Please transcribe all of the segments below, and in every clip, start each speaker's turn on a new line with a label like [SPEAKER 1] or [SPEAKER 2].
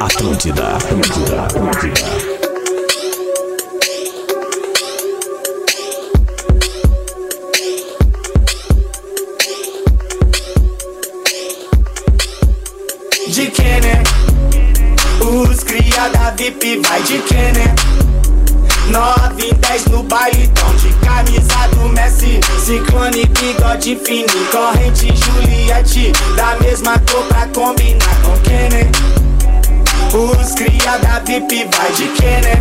[SPEAKER 1] Atlântida, Atlântida, Atlântida.
[SPEAKER 2] De Kenner Os criada VIP vai de Kenner 9 e 10 no baile tão de camisa do Messi Ciclone, bigode fino, corrente Juliette Da mesma cor pra combinar com Kenner Os criada VIP vai de Kenner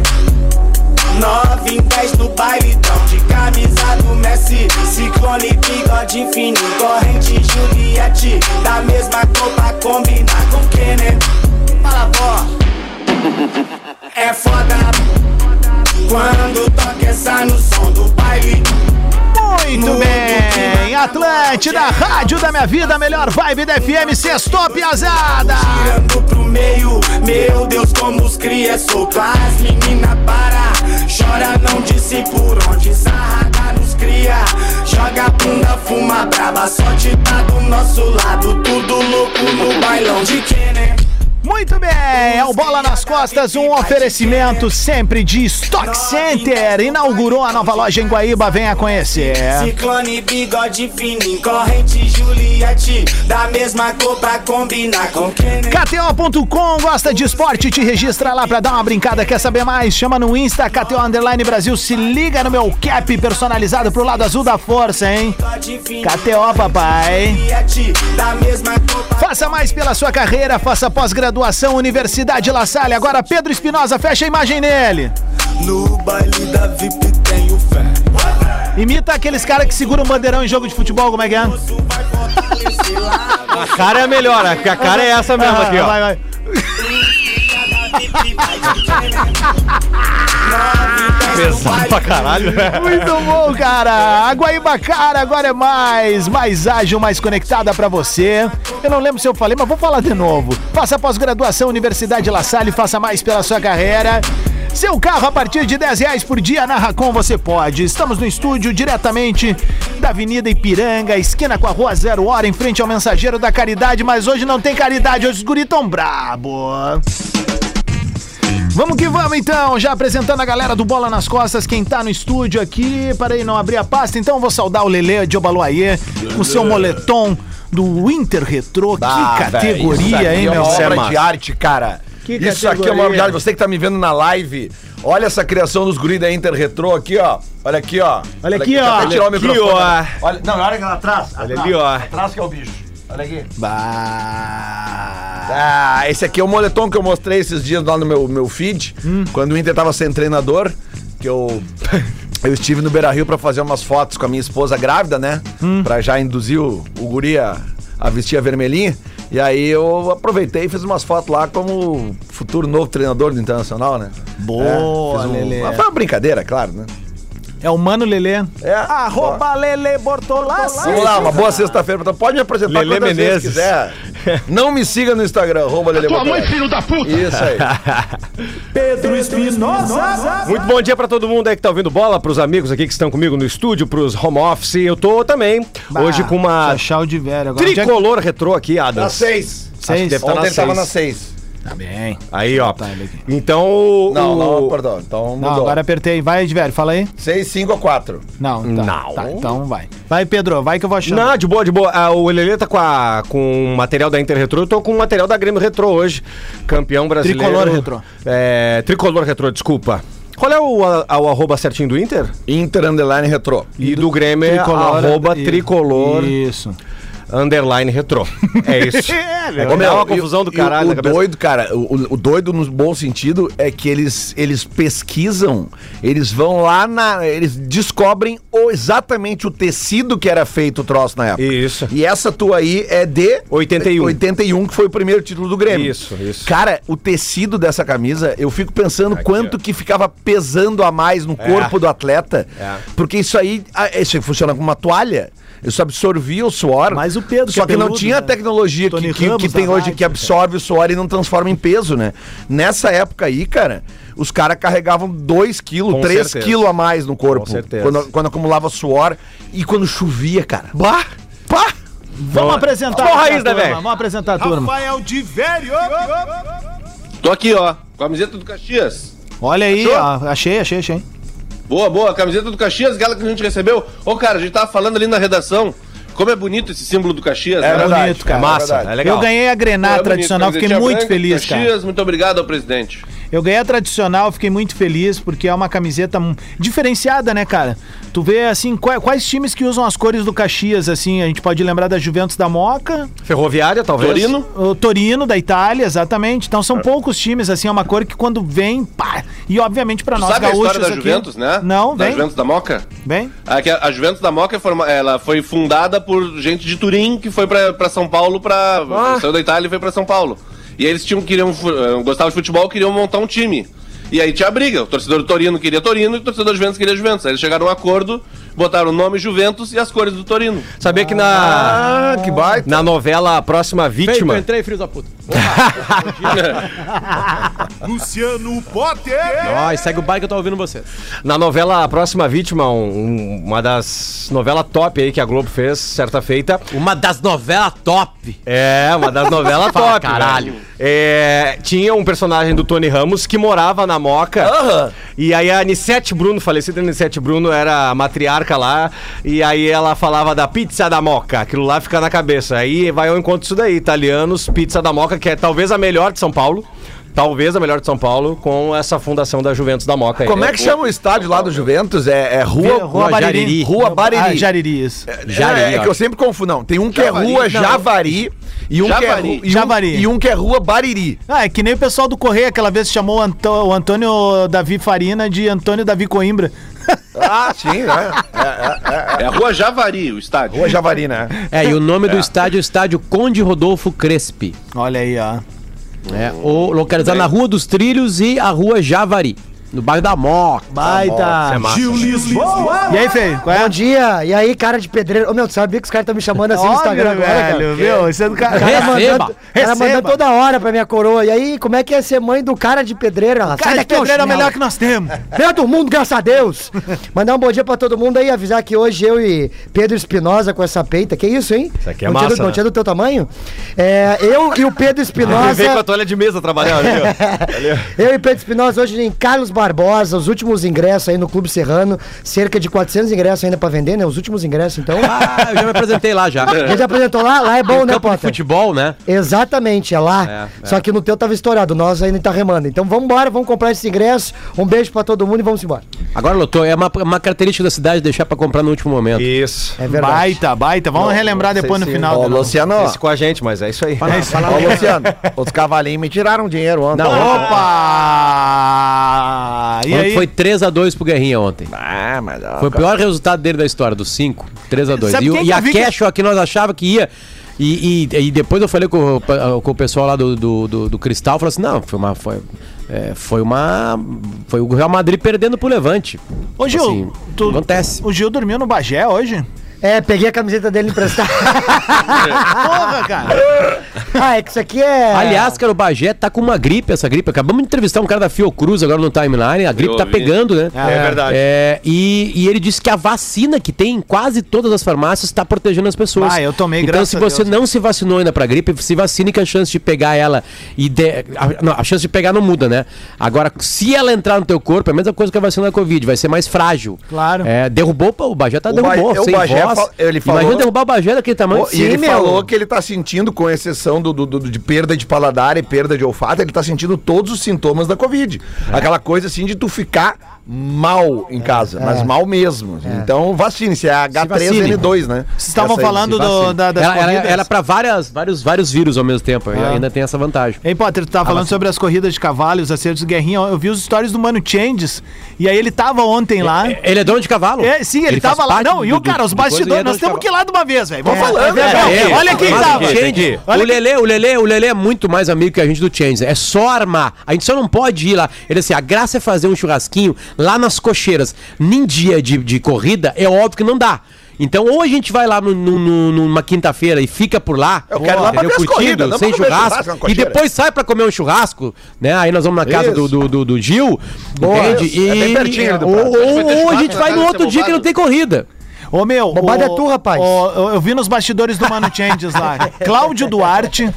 [SPEAKER 2] 9 e 10 no baile tão de camisa do Messi Ciclone, bigode fino, corrente Juliette Da mesma cor pra combinar com Kenner Fala, vó É foda quando toca essa no som do baile
[SPEAKER 3] Muito bem, Atlântida, Rádio da Minha Vida, melhor vibe da FM, sextou piazada.
[SPEAKER 2] Tirando pro meio, meu Deus como os cria é solto As menina para, chora não disse por onde Sarrada nos cria, joga a bunda, fuma brava Sorte tá do nosso lado, tudo louco no bailão de né? Kenner
[SPEAKER 3] Muito bem, é o Bola nas Costas, um oferecimento sempre de Stock Center. Inaugurou a nova loja em Guaíba, venha conhecer.
[SPEAKER 2] Ciclone, bigode fininho, corrente Juliette Da mesma cor pra combinar com né? Kenner
[SPEAKER 3] KTO.com gosta de esporte, te registra lá pra dar uma brincada, quer saber mais? Chama no Insta, KTO Underline Brasil, se liga no meu cap personalizado pro lado azul da força, hein?
[SPEAKER 2] Bigode fininho,
[SPEAKER 3] KTO, papai.
[SPEAKER 2] Juliette, Da mesma cor pra
[SPEAKER 3] Faça mais pela sua carreira, faça pós-graduação, Universidade La Salle. Agora, Pedro Espinosa, fecha a imagem nele.
[SPEAKER 2] No baile da VIP tenho fé.
[SPEAKER 3] Imita aqueles caras que seguram um bandeirão em jogo de futebol, como é que é?
[SPEAKER 2] Tu vai fortalecer lá.
[SPEAKER 4] A cara é melhor, a a cara é essa mesmo aqui, ó.
[SPEAKER 3] Ah, Vai, vai.
[SPEAKER 2] Cada VIP vai de querer.
[SPEAKER 4] Pesado pra caralho.
[SPEAKER 5] é.
[SPEAKER 3] Muito bom, cara. A Guaíba Cara agora é mais, mais ágil, mais conectada pra você. Eu não lembro se eu falei, mas vou falar de novo. Faça pós-graduação Universidade La Salle, faça mais pela sua carreira. Seu carro a partir de 10 reais por dia na Racon você pode. Estamos no estúdio diretamente da Avenida Ipiranga, esquina com a Rua Zero Hora, em frente ao Mensageiro da Caridade, mas hoje não tem caridade, hoje os guri tão brabo. Vamos que vamos então, já apresentando a galera do Bola nas Costas, quem tá no estúdio aqui, para aí não abrir a pasta, então vou saudar o Lele de Obaluayê com seu moletom do Inter Retrô,
[SPEAKER 6] Ah,
[SPEAKER 3] que categoria,
[SPEAKER 6] velho, isso aqui
[SPEAKER 3] hein,
[SPEAKER 6] é
[SPEAKER 3] meu?
[SPEAKER 6] uma
[SPEAKER 3] Isso é
[SPEAKER 6] obra
[SPEAKER 3] massa.
[SPEAKER 6] de arte, cara.
[SPEAKER 3] Que
[SPEAKER 6] isso aqui é
[SPEAKER 3] categoria.
[SPEAKER 6] uma obra de arte. Você que tá me vendo na live, olha essa criação dos guris da Inter Retro aqui, ó. Olha aqui, ó.
[SPEAKER 3] Olha aqui, ó.
[SPEAKER 6] Até tirar o
[SPEAKER 4] Aqui,
[SPEAKER 6] microfone.
[SPEAKER 4] ó.
[SPEAKER 6] Olha, não, olha aquela atrás.
[SPEAKER 4] Olha
[SPEAKER 6] atrás,
[SPEAKER 4] ali, ó.
[SPEAKER 6] Atrás que é o bicho. Olha aqui.
[SPEAKER 3] Bah.
[SPEAKER 6] Ah, esse aqui é o moletom que eu mostrei esses dias lá no meu, meu feed,
[SPEAKER 3] Hum.
[SPEAKER 6] quando o Inter tava sem treinador, que eu. Eu estive no Beira Rio pra fazer umas fotos com a minha esposa grávida, né?
[SPEAKER 3] Hum.
[SPEAKER 6] Pra já induzir o, o guri a, a vestir a vermelhinha. E aí eu aproveitei e fiz umas fotos lá como futuro novo treinador do Internacional, né?
[SPEAKER 3] Boa,
[SPEAKER 6] fiz
[SPEAKER 3] Lelê.
[SPEAKER 6] Mas foi uma brincadeira, claro, né?
[SPEAKER 3] É o Mano Lelê.
[SPEAKER 6] É.
[SPEAKER 3] Arroba Lele Bortolassi.
[SPEAKER 6] Vamos lá, uma boa sexta-feira. pra tu. Pode me apresentar
[SPEAKER 4] Lelê
[SPEAKER 6] quantas vezes
[SPEAKER 4] Menezes.
[SPEAKER 6] quiser. Não me siga no Instagram, arroba Lelê Botolassi.
[SPEAKER 7] da puta!
[SPEAKER 6] Isso aí.
[SPEAKER 3] Pedro Espinosa.
[SPEAKER 4] Muito bom dia pra todo mundo aí que tá ouvindo bola, pros amigos aqui que estão comigo no estúdio, pros home office. Eu tô também, hoje com uma
[SPEAKER 3] Chachau de velho. Agora, onde é que-
[SPEAKER 4] tricolor retrô aqui,
[SPEAKER 6] Nas
[SPEAKER 4] Adams.
[SPEAKER 6] seis.
[SPEAKER 4] Acho que
[SPEAKER 3] Seis.
[SPEAKER 4] deve tá
[SPEAKER 6] Ontem
[SPEAKER 4] na
[SPEAKER 6] ele tava
[SPEAKER 4] seis.
[SPEAKER 6] na seis.
[SPEAKER 3] Tá bem.
[SPEAKER 4] Aí, ó.
[SPEAKER 3] Tá, ele aqui.
[SPEAKER 4] Então, o-
[SPEAKER 6] Não, não,
[SPEAKER 4] o-
[SPEAKER 6] perdão. Então
[SPEAKER 3] Não,
[SPEAKER 6] mudou.
[SPEAKER 3] agora apertei. Vai, de velho, fala aí.
[SPEAKER 6] 6, 5 ou 4.
[SPEAKER 3] Não, tá.
[SPEAKER 4] Não.
[SPEAKER 3] Tá, então vai. Vai, Pedro, vai que eu vou achando.
[SPEAKER 4] Não, de boa, de boa. Ah, o Lelê tá com, a, com o material da Inter Retro. Eu tô com o material da Grêmio Retro hoje. Campeão brasileiro.
[SPEAKER 3] Tricolor Retrô.
[SPEAKER 4] É, tricolor Retro, desculpa. Qual é o, a- a- o arroba certinho do Inter?
[SPEAKER 6] Inter Underline Retro.
[SPEAKER 4] E, do Grêmio
[SPEAKER 3] Tricolor,
[SPEAKER 4] é arroba
[SPEAKER 3] e-
[SPEAKER 4] tricolor
[SPEAKER 3] Isso.
[SPEAKER 4] underline retro. É isso. é,
[SPEAKER 3] meu.
[SPEAKER 4] Como é
[SPEAKER 6] Não,
[SPEAKER 4] uma
[SPEAKER 6] e-
[SPEAKER 4] confusão do
[SPEAKER 6] e O,
[SPEAKER 4] caralho na
[SPEAKER 6] o
[SPEAKER 4] cabeça.
[SPEAKER 6] doido, cara, o, o doido no bom sentido é que eles, eles pesquisam, eles vão lá na. Eles descobrem o- exatamente o tecido que era feito o troço na época.
[SPEAKER 4] Isso.
[SPEAKER 6] E essa tua aí é de
[SPEAKER 4] 81.
[SPEAKER 6] 81, que foi o primeiro título do Grêmio.
[SPEAKER 4] Isso, isso.
[SPEAKER 6] Cara, o tecido dessa camisa, eu fico pensando quanto que ficava pesando a mais no corpo do atleta.
[SPEAKER 4] É.
[SPEAKER 6] Porque isso aí, ah, isso aí funciona como uma toalha. Isso absorvia o suor.
[SPEAKER 3] Mas o Pedro, que
[SPEAKER 6] Só
[SPEAKER 3] é
[SPEAKER 6] que, não
[SPEAKER 3] peludo,
[SPEAKER 6] tinha
[SPEAKER 3] né?
[SPEAKER 6] a tecnologia que,
[SPEAKER 3] Tony
[SPEAKER 6] que- que
[SPEAKER 3] Ramos
[SPEAKER 6] tem
[SPEAKER 3] da
[SPEAKER 6] hoje
[SPEAKER 3] Nike,
[SPEAKER 6] que absorve o suor e não transforma em peso, né? Nessa época aí, cara, os caras carregavam 2
[SPEAKER 4] Com
[SPEAKER 6] quilos, 3
[SPEAKER 4] certeza.
[SPEAKER 6] quilos a mais no corpo.
[SPEAKER 4] Com certeza.
[SPEAKER 6] Quando, quando acumulava suor e quando chovia, cara. Bah! Pá!
[SPEAKER 3] Vamos apresentar.
[SPEAKER 4] Boa
[SPEAKER 3] aqui a
[SPEAKER 4] raiz, né,
[SPEAKER 3] turma,
[SPEAKER 4] velho?
[SPEAKER 3] Vamos apresentar a turma.
[SPEAKER 7] Rafael de Velho! Tô aqui, ó. Camiseta do Caxias.
[SPEAKER 3] Olha aí,
[SPEAKER 7] Achou?
[SPEAKER 3] ó, achei, achei, achei.
[SPEAKER 7] Boa, boa. Camiseta do Caxias, aquela que a gente recebeu. Ô, cara, a gente tava falando ali na redação. Como é bonito esse símbolo do Caxias,
[SPEAKER 6] É verdade.
[SPEAKER 3] bonito, cara.
[SPEAKER 6] É
[SPEAKER 4] Massa,
[SPEAKER 6] verdade.
[SPEAKER 4] é legal.
[SPEAKER 3] Eu ganhei a
[SPEAKER 7] Pô, é
[SPEAKER 3] grená
[SPEAKER 7] bonito,
[SPEAKER 3] tradicional, fiquei
[SPEAKER 7] camisetinha
[SPEAKER 3] muito
[SPEAKER 7] branca,
[SPEAKER 3] feliz,
[SPEAKER 7] Caxias,
[SPEAKER 3] cara.
[SPEAKER 7] muito obrigado ao presidente.
[SPEAKER 3] Eu ganhei a tradicional, fiquei muito feliz, porque é uma camiseta hum, diferenciada, né, cara? Tu vê, assim, qua- quais times que usam as cores do Caxias, assim, a gente pode lembrar da Juventus da Moca,
[SPEAKER 4] Ferroviária, talvez.
[SPEAKER 7] Torino?
[SPEAKER 3] o Torino da Itália, exatamente. Então são poucos times, assim, é uma cor que quando vem, pá! E obviamente pra nós
[SPEAKER 7] Sabe a
[SPEAKER 3] gaúchos
[SPEAKER 7] história da
[SPEAKER 3] aqui-
[SPEAKER 7] Juventus, né?
[SPEAKER 3] Não,
[SPEAKER 7] Da
[SPEAKER 3] vem,
[SPEAKER 7] Juventus da Moca?
[SPEAKER 3] vem.
[SPEAKER 7] A, Ah, que a- a Juventus da Moca é forma- ela foi fundada por gente de Turim que foi pra pra São Paulo para saiu da Itália e foi pra São Paulo. E aí eles tinham queriam fu- eh, gostavam de futebol, queriam montar um time. E aí tinha briga, o torcedor do Torino queria Torino e o torcedor da Juventus queria Juventus. Aí eles chegaram a um acordo, botaram o nome Juventus e as cores do Torino.
[SPEAKER 4] Sabia que na,
[SPEAKER 6] Ah, que baita.
[SPEAKER 4] na novela A Próxima
[SPEAKER 5] Feito,
[SPEAKER 4] Vítima.
[SPEAKER 5] entrei, filho da puta.
[SPEAKER 1] Luciano Potter.
[SPEAKER 5] Ó, segue o baile que eu tô ouvindo vocês.
[SPEAKER 4] Na novela A Próxima Vítima, um- um- uma das novelas top aí que a Globo fez, certa feita.
[SPEAKER 5] Uma das novelas top.
[SPEAKER 4] É, uma das novelas top.
[SPEAKER 5] caralho.
[SPEAKER 4] né? É, tinha um personagem do Tony Ramos que morava na Moca. E aí a Anissete Bruno, falecida Anissete Bruno, era a matriarca lá. E aí ela falava da pizza da Moca. Aquilo lá fica na cabeça. Aí vai ao encontro disso daí. Italianos, pizza da Moca, que é talvez a melhor de São Paulo. Talvez a melhor de São Paulo, com essa fundação da Juventus da Moca. aí.
[SPEAKER 6] Como é que chama o estádio lá do Juventus? É, é Rua,
[SPEAKER 3] Rua Bariri.
[SPEAKER 6] Jariri. Rua Bariri.
[SPEAKER 3] Ah, Jariri, isso.
[SPEAKER 6] é,
[SPEAKER 4] Jariri,
[SPEAKER 6] é
[SPEAKER 4] ó.
[SPEAKER 6] que eu sempre confundo. Não, tem um que
[SPEAKER 7] Javari,
[SPEAKER 6] é Rua
[SPEAKER 7] não.
[SPEAKER 6] Javari e um, Que é
[SPEAKER 7] Javari.
[SPEAKER 6] ru- e um-
[SPEAKER 3] Javari.
[SPEAKER 6] e um que é Rua Bariri.
[SPEAKER 3] Ah, é que nem o pessoal do Correio aquela vez chamou o Antô- o Antônio Davi Farina de Antônio Davi Coimbra.
[SPEAKER 6] Ah, sim, né?
[SPEAKER 7] É a Rua Javari, o estádio.
[SPEAKER 6] Rua Javari, né?
[SPEAKER 5] É, e o nome do estádio é o estádio Conde Rodolfo Crespi.
[SPEAKER 3] Olha aí, ó.
[SPEAKER 5] É, o, localizado na Rua dos Trilhos e a Rua Javari, no bairro da Moca.
[SPEAKER 6] Ah,
[SPEAKER 8] é
[SPEAKER 3] Baita.
[SPEAKER 1] Gil Lisboa.
[SPEAKER 3] E aí, Fê? Qual é?
[SPEAKER 8] Bom dia, e aí, cara de pedreiro. Ô meu, tu sabia que os caras estão me chamando assim no Instagram agora, cara?
[SPEAKER 3] viu? Isso é do cara.
[SPEAKER 8] Cara
[SPEAKER 5] Receba.
[SPEAKER 8] mandando, cara mandando toda hora pra minha coroa. E aí, como é que é ser mãe do cara de pedreiro? Ah, sai
[SPEAKER 3] Cara de
[SPEAKER 8] daqui, ô
[SPEAKER 3] pedreiro é o
[SPEAKER 8] chinelo.
[SPEAKER 3] melhor que nós temos.
[SPEAKER 8] Melhor do mundo, graças a Deus. Mandar um bom dia pra todo mundo aí, avisar que hoje eu e Pedro Espinosa com essa peita. Que isso, hein? Isso
[SPEAKER 4] aqui é
[SPEAKER 8] não tinha
[SPEAKER 4] massa,
[SPEAKER 8] do- não
[SPEAKER 4] né?
[SPEAKER 8] tinha do teu tamanho? É, eu e o Pedro
[SPEAKER 4] Ele veio com a
[SPEAKER 8] Espinosa.
[SPEAKER 4] toalha de mesa trabalhar, viu?
[SPEAKER 8] eu e Pedro Espinosa hoje em Carlos Barbosa, os últimos ingressos aí no Clube Serrano. Cerca de 400 ingressos ainda pra vender, né? Os últimos ingressos, então.
[SPEAKER 5] Ah, eu já me apresentei lá já.
[SPEAKER 8] A gente apresentou lá, lá é bom, né,
[SPEAKER 5] Campo de
[SPEAKER 8] Potter?
[SPEAKER 5] futebol, né?
[SPEAKER 8] Exatamente, é lá.
[SPEAKER 5] É, é.
[SPEAKER 8] Só que no teu tava estourado, nós ainda tá remando. Então vamos embora, vamos comprar esse ingresso. Um beijo pra todo mundo e vamos embora.
[SPEAKER 5] Agora lotou, é uma, uma característica da cidade deixar pra comprar no último momento.
[SPEAKER 4] Isso.
[SPEAKER 8] É verdade.
[SPEAKER 3] Baita, baita. Vamos relembrar depois no final.
[SPEAKER 6] Ô,
[SPEAKER 3] do-
[SPEAKER 6] Luciano,
[SPEAKER 4] Esse com a gente, mas é isso aí.
[SPEAKER 6] ó, Luciano, os cavalinhos me tiraram um dinheiro ontem.
[SPEAKER 3] Opa! E
[SPEAKER 5] Ontem
[SPEAKER 3] aí?
[SPEAKER 5] Foi 3x2 pro Guerrinha ontem.
[SPEAKER 6] Ah, mas... ó,
[SPEAKER 5] Foi o pior resultado dele da história, dos 5. 3x2.
[SPEAKER 3] Sabe
[SPEAKER 5] E, o-
[SPEAKER 3] quem que
[SPEAKER 5] e
[SPEAKER 3] eu
[SPEAKER 5] a
[SPEAKER 3] vi que-
[SPEAKER 5] cash ó, que nós achava que ia. E, e- e depois eu falei com, o pa- com o pessoal lá do, do, do- do Cristal, falou assim, não, foi uma. Foi, é, foi uma. Foi o Real Madrid perdendo pro Levante.
[SPEAKER 3] Ô, Gil,
[SPEAKER 5] Assim,
[SPEAKER 3] tu-
[SPEAKER 5] acontece.
[SPEAKER 3] o Gil dormiu no Bagé hoje?
[SPEAKER 8] É, peguei a camiseta dele emprestada.
[SPEAKER 3] Porra, cara!
[SPEAKER 8] ah, é que isso aqui é.
[SPEAKER 5] Aliás, cara, o Bagé tá com uma gripe, essa gripe. Acabamos de entrevistar um cara da Fiocruz agora no timeline. A gripe tá
[SPEAKER 7] ouvi.
[SPEAKER 5] pegando, né?
[SPEAKER 4] É verdade.
[SPEAKER 5] É, e, e ele disse que a vacina que tem em quase todas as farmácias está protegendo as pessoas.
[SPEAKER 3] Ah, eu tomei,
[SPEAKER 5] Então,
[SPEAKER 3] graças
[SPEAKER 5] se
[SPEAKER 3] a
[SPEAKER 5] você
[SPEAKER 3] Deus.
[SPEAKER 5] não se vacinou ainda pra gripe, se vacine que a chance de pegar ela e de- a, não, a chance de pegar não muda, né? Agora, se ela entrar no teu corpo, é a mesma coisa que a vacina da Covid, vai ser mais frágil.
[SPEAKER 3] Claro.
[SPEAKER 5] É, derrubou, pô, o Bagé tá
[SPEAKER 6] O
[SPEAKER 5] derrubou,
[SPEAKER 6] Bagé- o
[SPEAKER 5] sem
[SPEAKER 6] Bagé
[SPEAKER 5] voz.
[SPEAKER 6] fal- ele falou-
[SPEAKER 5] Imagina derrubar o Bagé daquele tamanho.
[SPEAKER 6] Pô, e
[SPEAKER 5] Sim,
[SPEAKER 6] ele
[SPEAKER 5] meu.
[SPEAKER 6] falou que ele tá sentindo, com exceção do, do- do- de perda de paladar e perda de olfato, ele tá sentindo todos os sintomas da Covid. Aquela coisa assim de tu ficar mal em casa, mas mal mesmo. Então vacine, se é H3N2, né?
[SPEAKER 3] Vocês estavam
[SPEAKER 6] Essa aí,
[SPEAKER 3] falando
[SPEAKER 6] se
[SPEAKER 3] do,
[SPEAKER 6] vacine.
[SPEAKER 3] da, das
[SPEAKER 5] Ela, ela,
[SPEAKER 3] corridas? Ah.
[SPEAKER 5] ela é pra várias, vários, vários vírus ao mesmo tempo, e ainda tem essa vantagem.
[SPEAKER 3] Ei, Potter, tu tava falando sobre as corridas de cavalo, os acertos do Guerrinha. Eu vi os stories do Mano Changes, e aí ele tava ontem lá.
[SPEAKER 5] Ele é dono de cavalo?
[SPEAKER 3] Ah. É, sim, ele,
[SPEAKER 5] faz
[SPEAKER 3] tava lá.
[SPEAKER 5] parte
[SPEAKER 3] Não,
[SPEAKER 5] do-
[SPEAKER 3] e o
[SPEAKER 5] do-
[SPEAKER 3] cara, os
[SPEAKER 5] do coisa, ele é dono
[SPEAKER 3] bastidores, nós
[SPEAKER 5] de
[SPEAKER 3] temos
[SPEAKER 5] cavalo.
[SPEAKER 3] que ir lá de uma vez, velho. Vamos
[SPEAKER 6] É, é
[SPEAKER 3] falando,
[SPEAKER 6] verdade.
[SPEAKER 3] velho.
[SPEAKER 5] É,
[SPEAKER 3] Olha tá. quem
[SPEAKER 5] mas
[SPEAKER 3] tava.
[SPEAKER 5] o Change,
[SPEAKER 3] Olha
[SPEAKER 5] o
[SPEAKER 3] quem-
[SPEAKER 5] Lelê, o Lelê, o Lelê é muito mais amigo que a gente do Change. É só armar. A gente só não pode ir lá. Ele assim, a graça é fazer um churrasquinho lá nas cocheiras. Nem dia de, de corrida, é óbvio que não dá. Então, ou a gente vai lá no- no- no- numa quinta-feira e fica por lá,
[SPEAKER 6] Eu quero ir lá pra ver as
[SPEAKER 5] curtindo,
[SPEAKER 6] corridas, não
[SPEAKER 5] sem
[SPEAKER 6] pra comer
[SPEAKER 5] churrasco,
[SPEAKER 6] churrasco na
[SPEAKER 5] e
[SPEAKER 6] cocheira.
[SPEAKER 5] depois sai pra comer um churrasco, né? Aí nós vamos na casa do,
[SPEAKER 6] Isso.
[SPEAKER 5] do, do- do Gil, entende?
[SPEAKER 6] isso. É bem pertinho ali do
[SPEAKER 5] ou,
[SPEAKER 6] prato.
[SPEAKER 5] ou-
[SPEAKER 7] A gente vai ter
[SPEAKER 5] ou a
[SPEAKER 7] churrasco
[SPEAKER 5] gente
[SPEAKER 7] na
[SPEAKER 5] vai
[SPEAKER 7] casa
[SPEAKER 5] no
[SPEAKER 7] do
[SPEAKER 5] outro
[SPEAKER 7] seu
[SPEAKER 5] dia que não
[SPEAKER 7] Bobado.
[SPEAKER 5] tem corrida.
[SPEAKER 3] Ô, meu.
[SPEAKER 8] Bobada
[SPEAKER 3] ô-
[SPEAKER 8] é tu, rapaz.
[SPEAKER 3] ô, eu, eu vi nos bastidores do Mano Changes lá. Cláudio Duarte.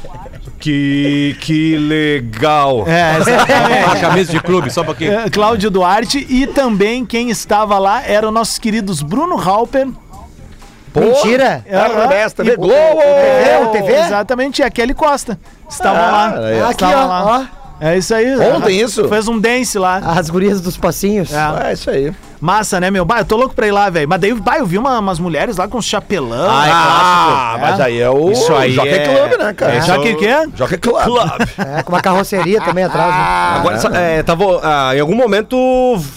[SPEAKER 4] Que, que legal.
[SPEAKER 3] É, exatamente.
[SPEAKER 5] A camisa de clube, só um pra quê?
[SPEAKER 3] É, Cláudio Duarte e também quem estava lá eram nossos queridos Bruno Halper.
[SPEAKER 8] Mentira.
[SPEAKER 3] Aham.
[SPEAKER 8] né?
[SPEAKER 6] TV Globo!
[SPEAKER 8] É, o TV?
[SPEAKER 3] Exatamente, e a Kelly Costa. Estavam lá.
[SPEAKER 6] Ah, aí, ó.
[SPEAKER 8] Aqui,
[SPEAKER 3] Estavam
[SPEAKER 8] ó,
[SPEAKER 3] lá. É isso aí.
[SPEAKER 6] Ontem isso?
[SPEAKER 3] Fez um dance lá.
[SPEAKER 8] As gurias dos passinhos.
[SPEAKER 3] É.
[SPEAKER 6] É isso aí.
[SPEAKER 3] Massa, né, meu? Bah, eu tô louco pra ir lá, velho. Mas daí, bah, eu vi uma- umas mulheres lá com os chapelão.
[SPEAKER 6] Ah, mas aí é o
[SPEAKER 4] Isso aí
[SPEAKER 6] Jockey
[SPEAKER 4] é-
[SPEAKER 6] Club, né, cara?
[SPEAKER 3] É, Jockey quê?
[SPEAKER 6] Jockey Club.
[SPEAKER 8] É, com uma carroceria também atrás. né?
[SPEAKER 4] Agora, essa- é, tava, ah, em algum momento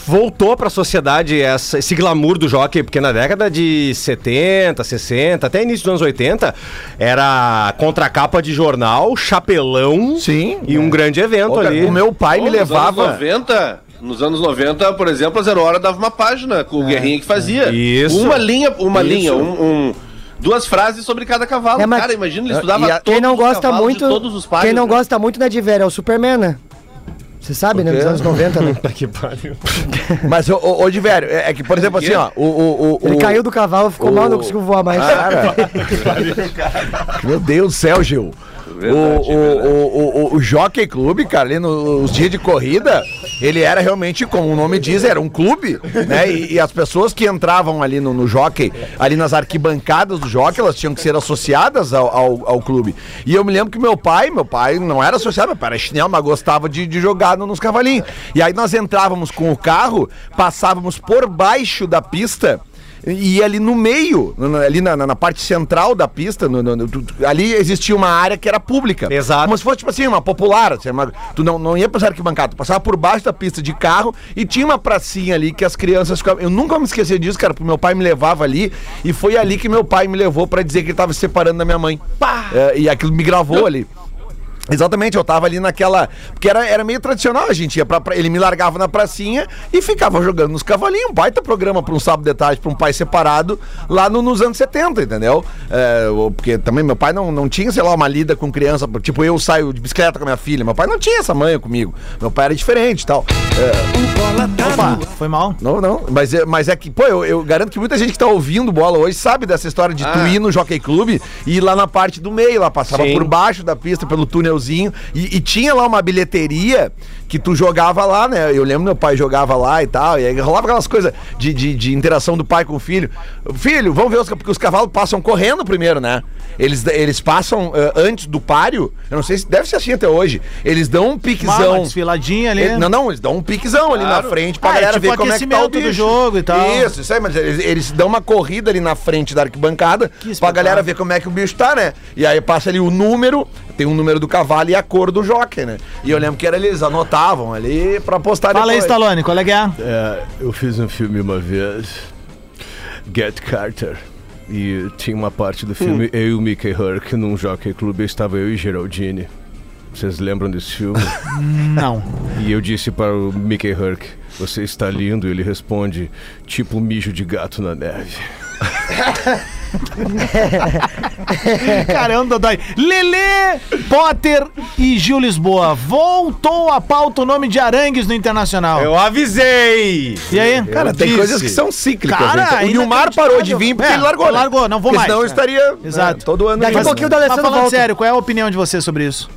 [SPEAKER 4] voltou pra sociedade essa- esse glamour do jockey, porque na década de 70, 60, até início dos anos 80, era contracapa de jornal, chapelão
[SPEAKER 6] Sim.
[SPEAKER 4] e
[SPEAKER 9] é.
[SPEAKER 4] um grande evento
[SPEAKER 6] Ô, cara,
[SPEAKER 4] ali.
[SPEAKER 6] O meu pai me
[SPEAKER 7] Pô, Nos anos
[SPEAKER 6] levava.
[SPEAKER 7] 90, nos anos 90, por exemplo, a Zero Hora dava uma página com o Guerrinha que fazia.
[SPEAKER 4] Isso.
[SPEAKER 7] Uma linha, uma
[SPEAKER 4] Isso.
[SPEAKER 7] linha, um... um- Duas frases sobre cada cavalo.
[SPEAKER 8] É, mas-
[SPEAKER 7] Cara, imagina, ele
[SPEAKER 6] E a-
[SPEAKER 7] estudava
[SPEAKER 6] quem
[SPEAKER 8] Quem não
[SPEAKER 7] Ah, os
[SPEAKER 8] gosta
[SPEAKER 7] cavalos de
[SPEAKER 8] muito.
[SPEAKER 7] todos os pares.
[SPEAKER 8] quem não
[SPEAKER 7] né?
[SPEAKER 8] gosta muito não é de velho, é o Superman, né? Você sabe, né? Dos
[SPEAKER 6] quê?
[SPEAKER 8] anos 90, né?
[SPEAKER 6] Mas, ô, ô, ô, de velho, é é que, por exemplo, assim, ó, o. o, o
[SPEAKER 8] Ele
[SPEAKER 6] o-
[SPEAKER 8] caiu do cavalo, ficou
[SPEAKER 6] o-
[SPEAKER 8] mal, não conseguiu voar mais.
[SPEAKER 5] Ah.
[SPEAKER 6] Cara, meu Deus do céu, Gil.
[SPEAKER 7] Verdade,
[SPEAKER 6] o, o, o, o, o Jockey Club, cara, ali nos dias de corrida, ele era realmente, como o nome diz, era um clube, né? E, e as pessoas que entravam ali no, no Jockey, ali nas arquibancadas do Jockey, elas tinham que ser associadas ao, ao, ao clube. E eu me lembro que meu pai, meu pai não era associado, meu pai era chinelo, mas gostava de, de jogar no- nos cavalinhos. E aí nós entrávamos com o carro, passávamos por baixo da pista. E ali no meio, no- no- ali na, na- na parte central da pista, no- no- no- tu- tu- ali existia uma área que era pública.
[SPEAKER 4] Exato.
[SPEAKER 6] Como se fosse, tipo assim, uma popular. assim, uma- tu não, não ia passar arquibancada, tu passava por baixo da pista de carro e tinha uma pracinha ali que as crianças ficavam. Eu nunca me esqueci disso, cara, porque meu pai me levava ali e foi ali que meu pai me levou pra dizer que ele tava se separando da minha mãe. É, e aquilo me gravou ali. Exatamente, eu tava ali naquela. Porque era, era meio tradicional, a gente ia pra, pra- Ele me largava na pracinha e ficava jogando nos cavalinhos. Um baita programa pra um sábado de tarde, pra um pai separado, lá no- nos anos 70, entendeu? É, o- porque também meu pai não, não tinha, sei lá, uma lida com criança. Tipo, eu saio de bicicleta com a minha filha. Meu pai não tinha essa manha comigo. Meu pai era diferente e tal. É,
[SPEAKER 3] Opa, Ah, foi mal.
[SPEAKER 6] Não, não. Mas é, mas é que, pô, eu, eu garanto que muita gente que tá ouvindo bola hoje sabe dessa história de tu ir no Jockey Club e ir lá na parte do meio, lá passava por baixo da pista, pelo túnelzinho. E, e tinha lá uma bilheteria que tu jogava lá, né? Eu lembro meu pai jogava lá e tal. E aí rolava aquelas coisas de, de, de interação do pai com o filho. Filho, vamos ver os, porque os cavalos passam correndo primeiro, né? Eles, eles passam eh, antes do páreo. Eu não sei se deve ser assim até hoje. Eles dão um
[SPEAKER 3] Mal, uma
[SPEAKER 6] piquezão.
[SPEAKER 3] desfiladinha ali.
[SPEAKER 6] Ele- não, não, eles dão um piquezão ali na frente pra
[SPEAKER 3] Ah, é
[SPEAKER 6] galera
[SPEAKER 3] tipo
[SPEAKER 6] ver como é que tá o
[SPEAKER 3] aquecimento
[SPEAKER 6] bicho.
[SPEAKER 3] do jogo e tal.
[SPEAKER 6] Isso, isso aí, mas eles, eles dão uma corrida ali na frente da arquibancada pra
[SPEAKER 3] espetáculo.
[SPEAKER 6] galera ver como é que o bicho tá, né? E aí passa ali o número, tem o número do cavalo e a cor do jockey, né? E eu lembro que era eles anotavam ali pra postar
[SPEAKER 3] Fala aí,
[SPEAKER 6] depois.
[SPEAKER 3] Stallone, qual é que é?
[SPEAKER 9] É, eu fiz um filme uma vez, Get Carter. E tinha uma parte do filme Eu e o Mickey Herc num jockey clube. Estava eu e Geraldine. Vocês lembram desse filme?
[SPEAKER 3] Não.
[SPEAKER 9] e eu disse para o Mickey Herc: Você está lindo. E ele responde: Tipo mijo de gato na neve.
[SPEAKER 3] Caramba, dói. Lelê, Potter e Gil Lisboa. Voltou a pauta o nome de Arangues no Internacional.
[SPEAKER 4] Eu avisei!
[SPEAKER 3] E aí?
[SPEAKER 6] Cara, tem
[SPEAKER 4] disse.
[SPEAKER 6] coisas que são cíclicas.
[SPEAKER 3] Cara,
[SPEAKER 6] gente. o Nilmar
[SPEAKER 3] inacreditável.
[SPEAKER 6] parou de vir porque
[SPEAKER 3] É,
[SPEAKER 6] ele largou. né?
[SPEAKER 3] largou, não vou
[SPEAKER 6] porque
[SPEAKER 3] mais.
[SPEAKER 6] Senão eu
[SPEAKER 3] É.
[SPEAKER 6] estaria né,
[SPEAKER 3] Exato.
[SPEAKER 6] todo ano.
[SPEAKER 8] Daqui a
[SPEAKER 6] indo,
[SPEAKER 8] pouquinho o
[SPEAKER 6] né?
[SPEAKER 3] Mas
[SPEAKER 8] D'Alessandro
[SPEAKER 3] falando
[SPEAKER 8] volta.
[SPEAKER 3] sério, qual é a opinião de você sobre isso?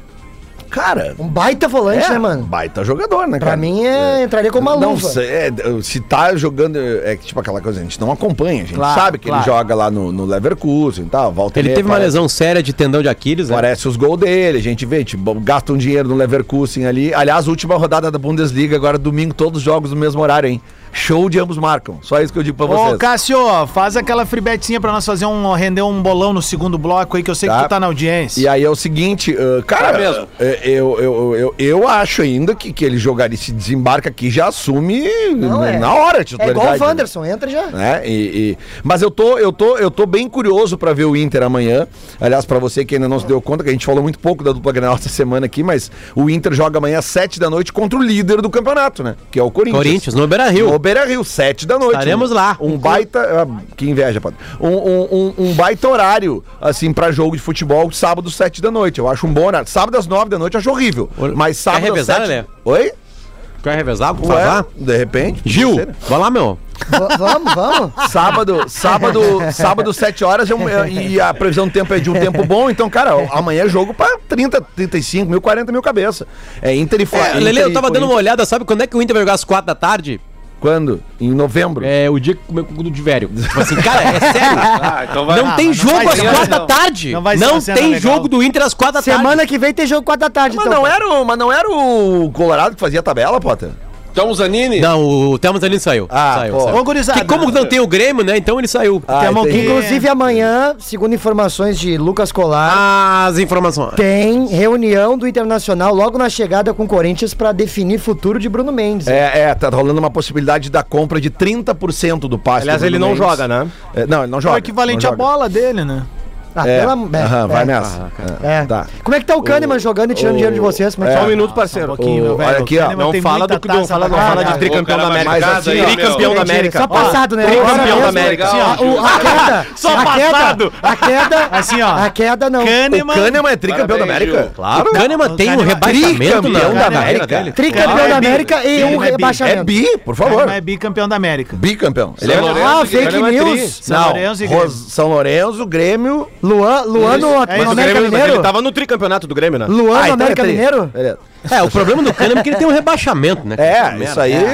[SPEAKER 6] Cara,
[SPEAKER 8] Um baita volante,
[SPEAKER 6] é,
[SPEAKER 8] né, mano?
[SPEAKER 6] baita jogador, né,
[SPEAKER 8] Pra mim, é, entraria como uma
[SPEAKER 6] Não
[SPEAKER 8] luva.
[SPEAKER 6] sei, é, se tá jogando, é que tipo aquela coisa, a gente não acompanha, a gente
[SPEAKER 3] Claro,
[SPEAKER 6] sabe que
[SPEAKER 3] claro.
[SPEAKER 6] ele joga lá no, no Leverkusen e tal, volta e
[SPEAKER 5] Ele
[SPEAKER 6] meia,
[SPEAKER 5] teve uma
[SPEAKER 6] parece-
[SPEAKER 5] lesão séria de tendão de Aquiles, né?
[SPEAKER 6] Parece os gols dele, a gente vê, tipo, gasta um dinheiro no Leverkusen ali. Aliás, última rodada da Bundesliga, agora domingo, todos os jogos no mesmo horário, hein? Show de ambos marcam. Só isso que eu digo pra vocês.
[SPEAKER 3] Ô, Cássio, faz aquela fribetinha pra nós fazer um, render um bolão no segundo bloco aí, que eu sei que
[SPEAKER 6] Tá.
[SPEAKER 3] tu tá na audiência.
[SPEAKER 6] E aí é o seguinte, ah, cara,
[SPEAKER 7] Tá mesmo.
[SPEAKER 6] eh, Eu, eu, eu, eu, eu acho ainda que, que ele jogaria, se desembarca aqui, já assume
[SPEAKER 8] Não, é.
[SPEAKER 6] na hora a
[SPEAKER 8] É
[SPEAKER 6] titularidade.
[SPEAKER 8] igual o
[SPEAKER 6] né?
[SPEAKER 8] Wanderson, entra já.
[SPEAKER 6] né? E, e- Mas eu tô, eu, tô, eu tô bem curioso pra ver o Inter amanhã. Aliás, pra você que ainda não se deu conta, que a gente falou muito pouco da dupla Grenal essa semana aqui, mas o Inter joga amanhã às 7 da noite contra o líder do campeonato, né? Que é o Corinthians.
[SPEAKER 5] Corinthians, no Beira Rio.
[SPEAKER 6] No Beira Rio, 7 da noite.
[SPEAKER 5] Estaremos lá.
[SPEAKER 6] Um baita. ah, que inveja, padre. Um, um, um- um baita horário, assim, pra jogo de futebol, sábado, 7 da noite. Eu acho um bom horário. Sábado às 9 da noite eu acho horrível. Mas sábado às
[SPEAKER 5] revezar,
[SPEAKER 6] 7.
[SPEAKER 5] Lelê?
[SPEAKER 6] Oi?
[SPEAKER 5] Quer revezar?
[SPEAKER 6] Ué,
[SPEAKER 5] Falar?
[SPEAKER 6] de repente.
[SPEAKER 5] Gil,
[SPEAKER 6] pode ser, né?
[SPEAKER 5] vai lá, meu.
[SPEAKER 8] V- vamos, vamos.
[SPEAKER 6] Sábado, sábado, sábado, 7 horas é um- é- e a previsão do tempo é de um tempo bom. Então, cara, amanhã é jogo pra 30, 35 mil, 40 mil cabeça. É Inter e Flamengo.
[SPEAKER 5] Lele, eu tava dando uma olhada, sabe quando é que o Inter vai jogar às quatro da tarde?
[SPEAKER 6] Quando? Em novembro.
[SPEAKER 5] É o dia que comeu com o cu de velho. Tipo assim, cara, é sério.
[SPEAKER 7] Ah, então vai.
[SPEAKER 5] Não tem jogo
[SPEAKER 3] vai
[SPEAKER 5] às
[SPEAKER 3] ser,
[SPEAKER 5] quatro da
[SPEAKER 7] não.
[SPEAKER 5] tarde.
[SPEAKER 3] Não
[SPEAKER 5] Não,
[SPEAKER 3] vai ser uma cena
[SPEAKER 5] tem
[SPEAKER 3] legal.
[SPEAKER 5] jogo do Inter às quatro da tarde.
[SPEAKER 8] Semana que vem tem jogo 4 da tarde,
[SPEAKER 6] Mas
[SPEAKER 8] então.
[SPEAKER 6] não, é. era o, mas não era o Colorado que fazia a tabela, Potter?
[SPEAKER 7] Então, o Zanini?
[SPEAKER 5] Não, o Thelma Zanini saiu.
[SPEAKER 6] Ah,
[SPEAKER 5] saiu,
[SPEAKER 6] pô.
[SPEAKER 5] saiu.
[SPEAKER 3] Ô, gurizada. é
[SPEAKER 5] Que como não tem o Grêmio, né? Então ele saiu.
[SPEAKER 6] Ah,
[SPEAKER 3] Temos
[SPEAKER 6] entendi.
[SPEAKER 3] que-
[SPEAKER 8] Inclusive amanhã, segundo informações de Lucas Colar,
[SPEAKER 5] As informações.
[SPEAKER 8] tem reunião do Internacional logo na chegada com o Corinthians pra definir futuro de Bruno Mendes.
[SPEAKER 6] É, é, tá rolando uma possibilidade da compra de 30% do passe.
[SPEAKER 4] Aliás,
[SPEAKER 6] do
[SPEAKER 4] ele
[SPEAKER 6] Bruno
[SPEAKER 4] não
[SPEAKER 6] Mendes.
[SPEAKER 4] joga, né?
[SPEAKER 6] É, não, ele não
[SPEAKER 3] É
[SPEAKER 6] joga.
[SPEAKER 3] o equivalente
[SPEAKER 6] não
[SPEAKER 3] à
[SPEAKER 6] joga.
[SPEAKER 3] bola dele, né?
[SPEAKER 8] Ah,
[SPEAKER 6] É,
[SPEAKER 8] pela-
[SPEAKER 6] aham, vai
[SPEAKER 3] Ah,
[SPEAKER 6] nessa.
[SPEAKER 8] É.
[SPEAKER 6] Tá.
[SPEAKER 8] Como é que tá o Kahneman jogando e tirando dinheiro de vocês? Como é que
[SPEAKER 4] Só
[SPEAKER 8] tá?
[SPEAKER 4] um minuto, parceiro.
[SPEAKER 6] pouquinho, meu velho. Kahneman
[SPEAKER 4] Não fala do que não fala, não fala de tricampeão da América.
[SPEAKER 6] Mas assim, ó,
[SPEAKER 4] tricampeão da América.
[SPEAKER 8] Só passado, né?
[SPEAKER 4] Tricampeão
[SPEAKER 8] Agora mesmo,
[SPEAKER 4] da América.
[SPEAKER 8] assim, ó, o- a queda.
[SPEAKER 4] Só
[SPEAKER 8] a
[SPEAKER 4] passado.
[SPEAKER 8] Queda, a queda.
[SPEAKER 3] Assim, ó.
[SPEAKER 8] A queda não.
[SPEAKER 6] O Kahneman é tricampeão da
[SPEAKER 7] Parabéns,
[SPEAKER 6] América?
[SPEAKER 7] Gil.
[SPEAKER 5] Claro. O Kahneman tem um
[SPEAKER 3] Kahneman-
[SPEAKER 5] rebaixamento
[SPEAKER 6] Tricampeão
[SPEAKER 5] não,
[SPEAKER 6] da
[SPEAKER 5] na carreira
[SPEAKER 6] América.
[SPEAKER 5] dele.
[SPEAKER 8] Tricampeão
[SPEAKER 3] Kahneman
[SPEAKER 8] da
[SPEAKER 3] é bi.
[SPEAKER 8] América e um
[SPEAKER 3] Kahneman é bi.
[SPEAKER 6] É
[SPEAKER 8] rebaixamento.
[SPEAKER 6] bi, por favor.
[SPEAKER 3] Não é bicampeão da América.
[SPEAKER 6] Bicampeão. Ele
[SPEAKER 7] São
[SPEAKER 6] é
[SPEAKER 7] Lourenço
[SPEAKER 8] Ah,
[SPEAKER 7] e
[SPEAKER 8] fake
[SPEAKER 7] Grêmio é
[SPEAKER 8] news.
[SPEAKER 3] São Lourenço e Grêmio. É,
[SPEAKER 6] Ros- São Lourenço, Grêmio.
[SPEAKER 8] Luan, Luan no
[SPEAKER 4] Mas
[SPEAKER 8] no
[SPEAKER 4] o
[SPEAKER 8] América
[SPEAKER 4] Grêmio, mas
[SPEAKER 8] Mineiro?
[SPEAKER 4] ele tava no tricampeonato do Grêmio, né?
[SPEAKER 8] Luan
[SPEAKER 6] Ah,
[SPEAKER 8] no
[SPEAKER 6] então
[SPEAKER 8] América
[SPEAKER 6] é tri.
[SPEAKER 8] Mineiro?
[SPEAKER 6] Beleza.
[SPEAKER 5] É, o problema do Kahneman é que ele tem um rebaixamento, né?
[SPEAKER 6] É, isso aí é,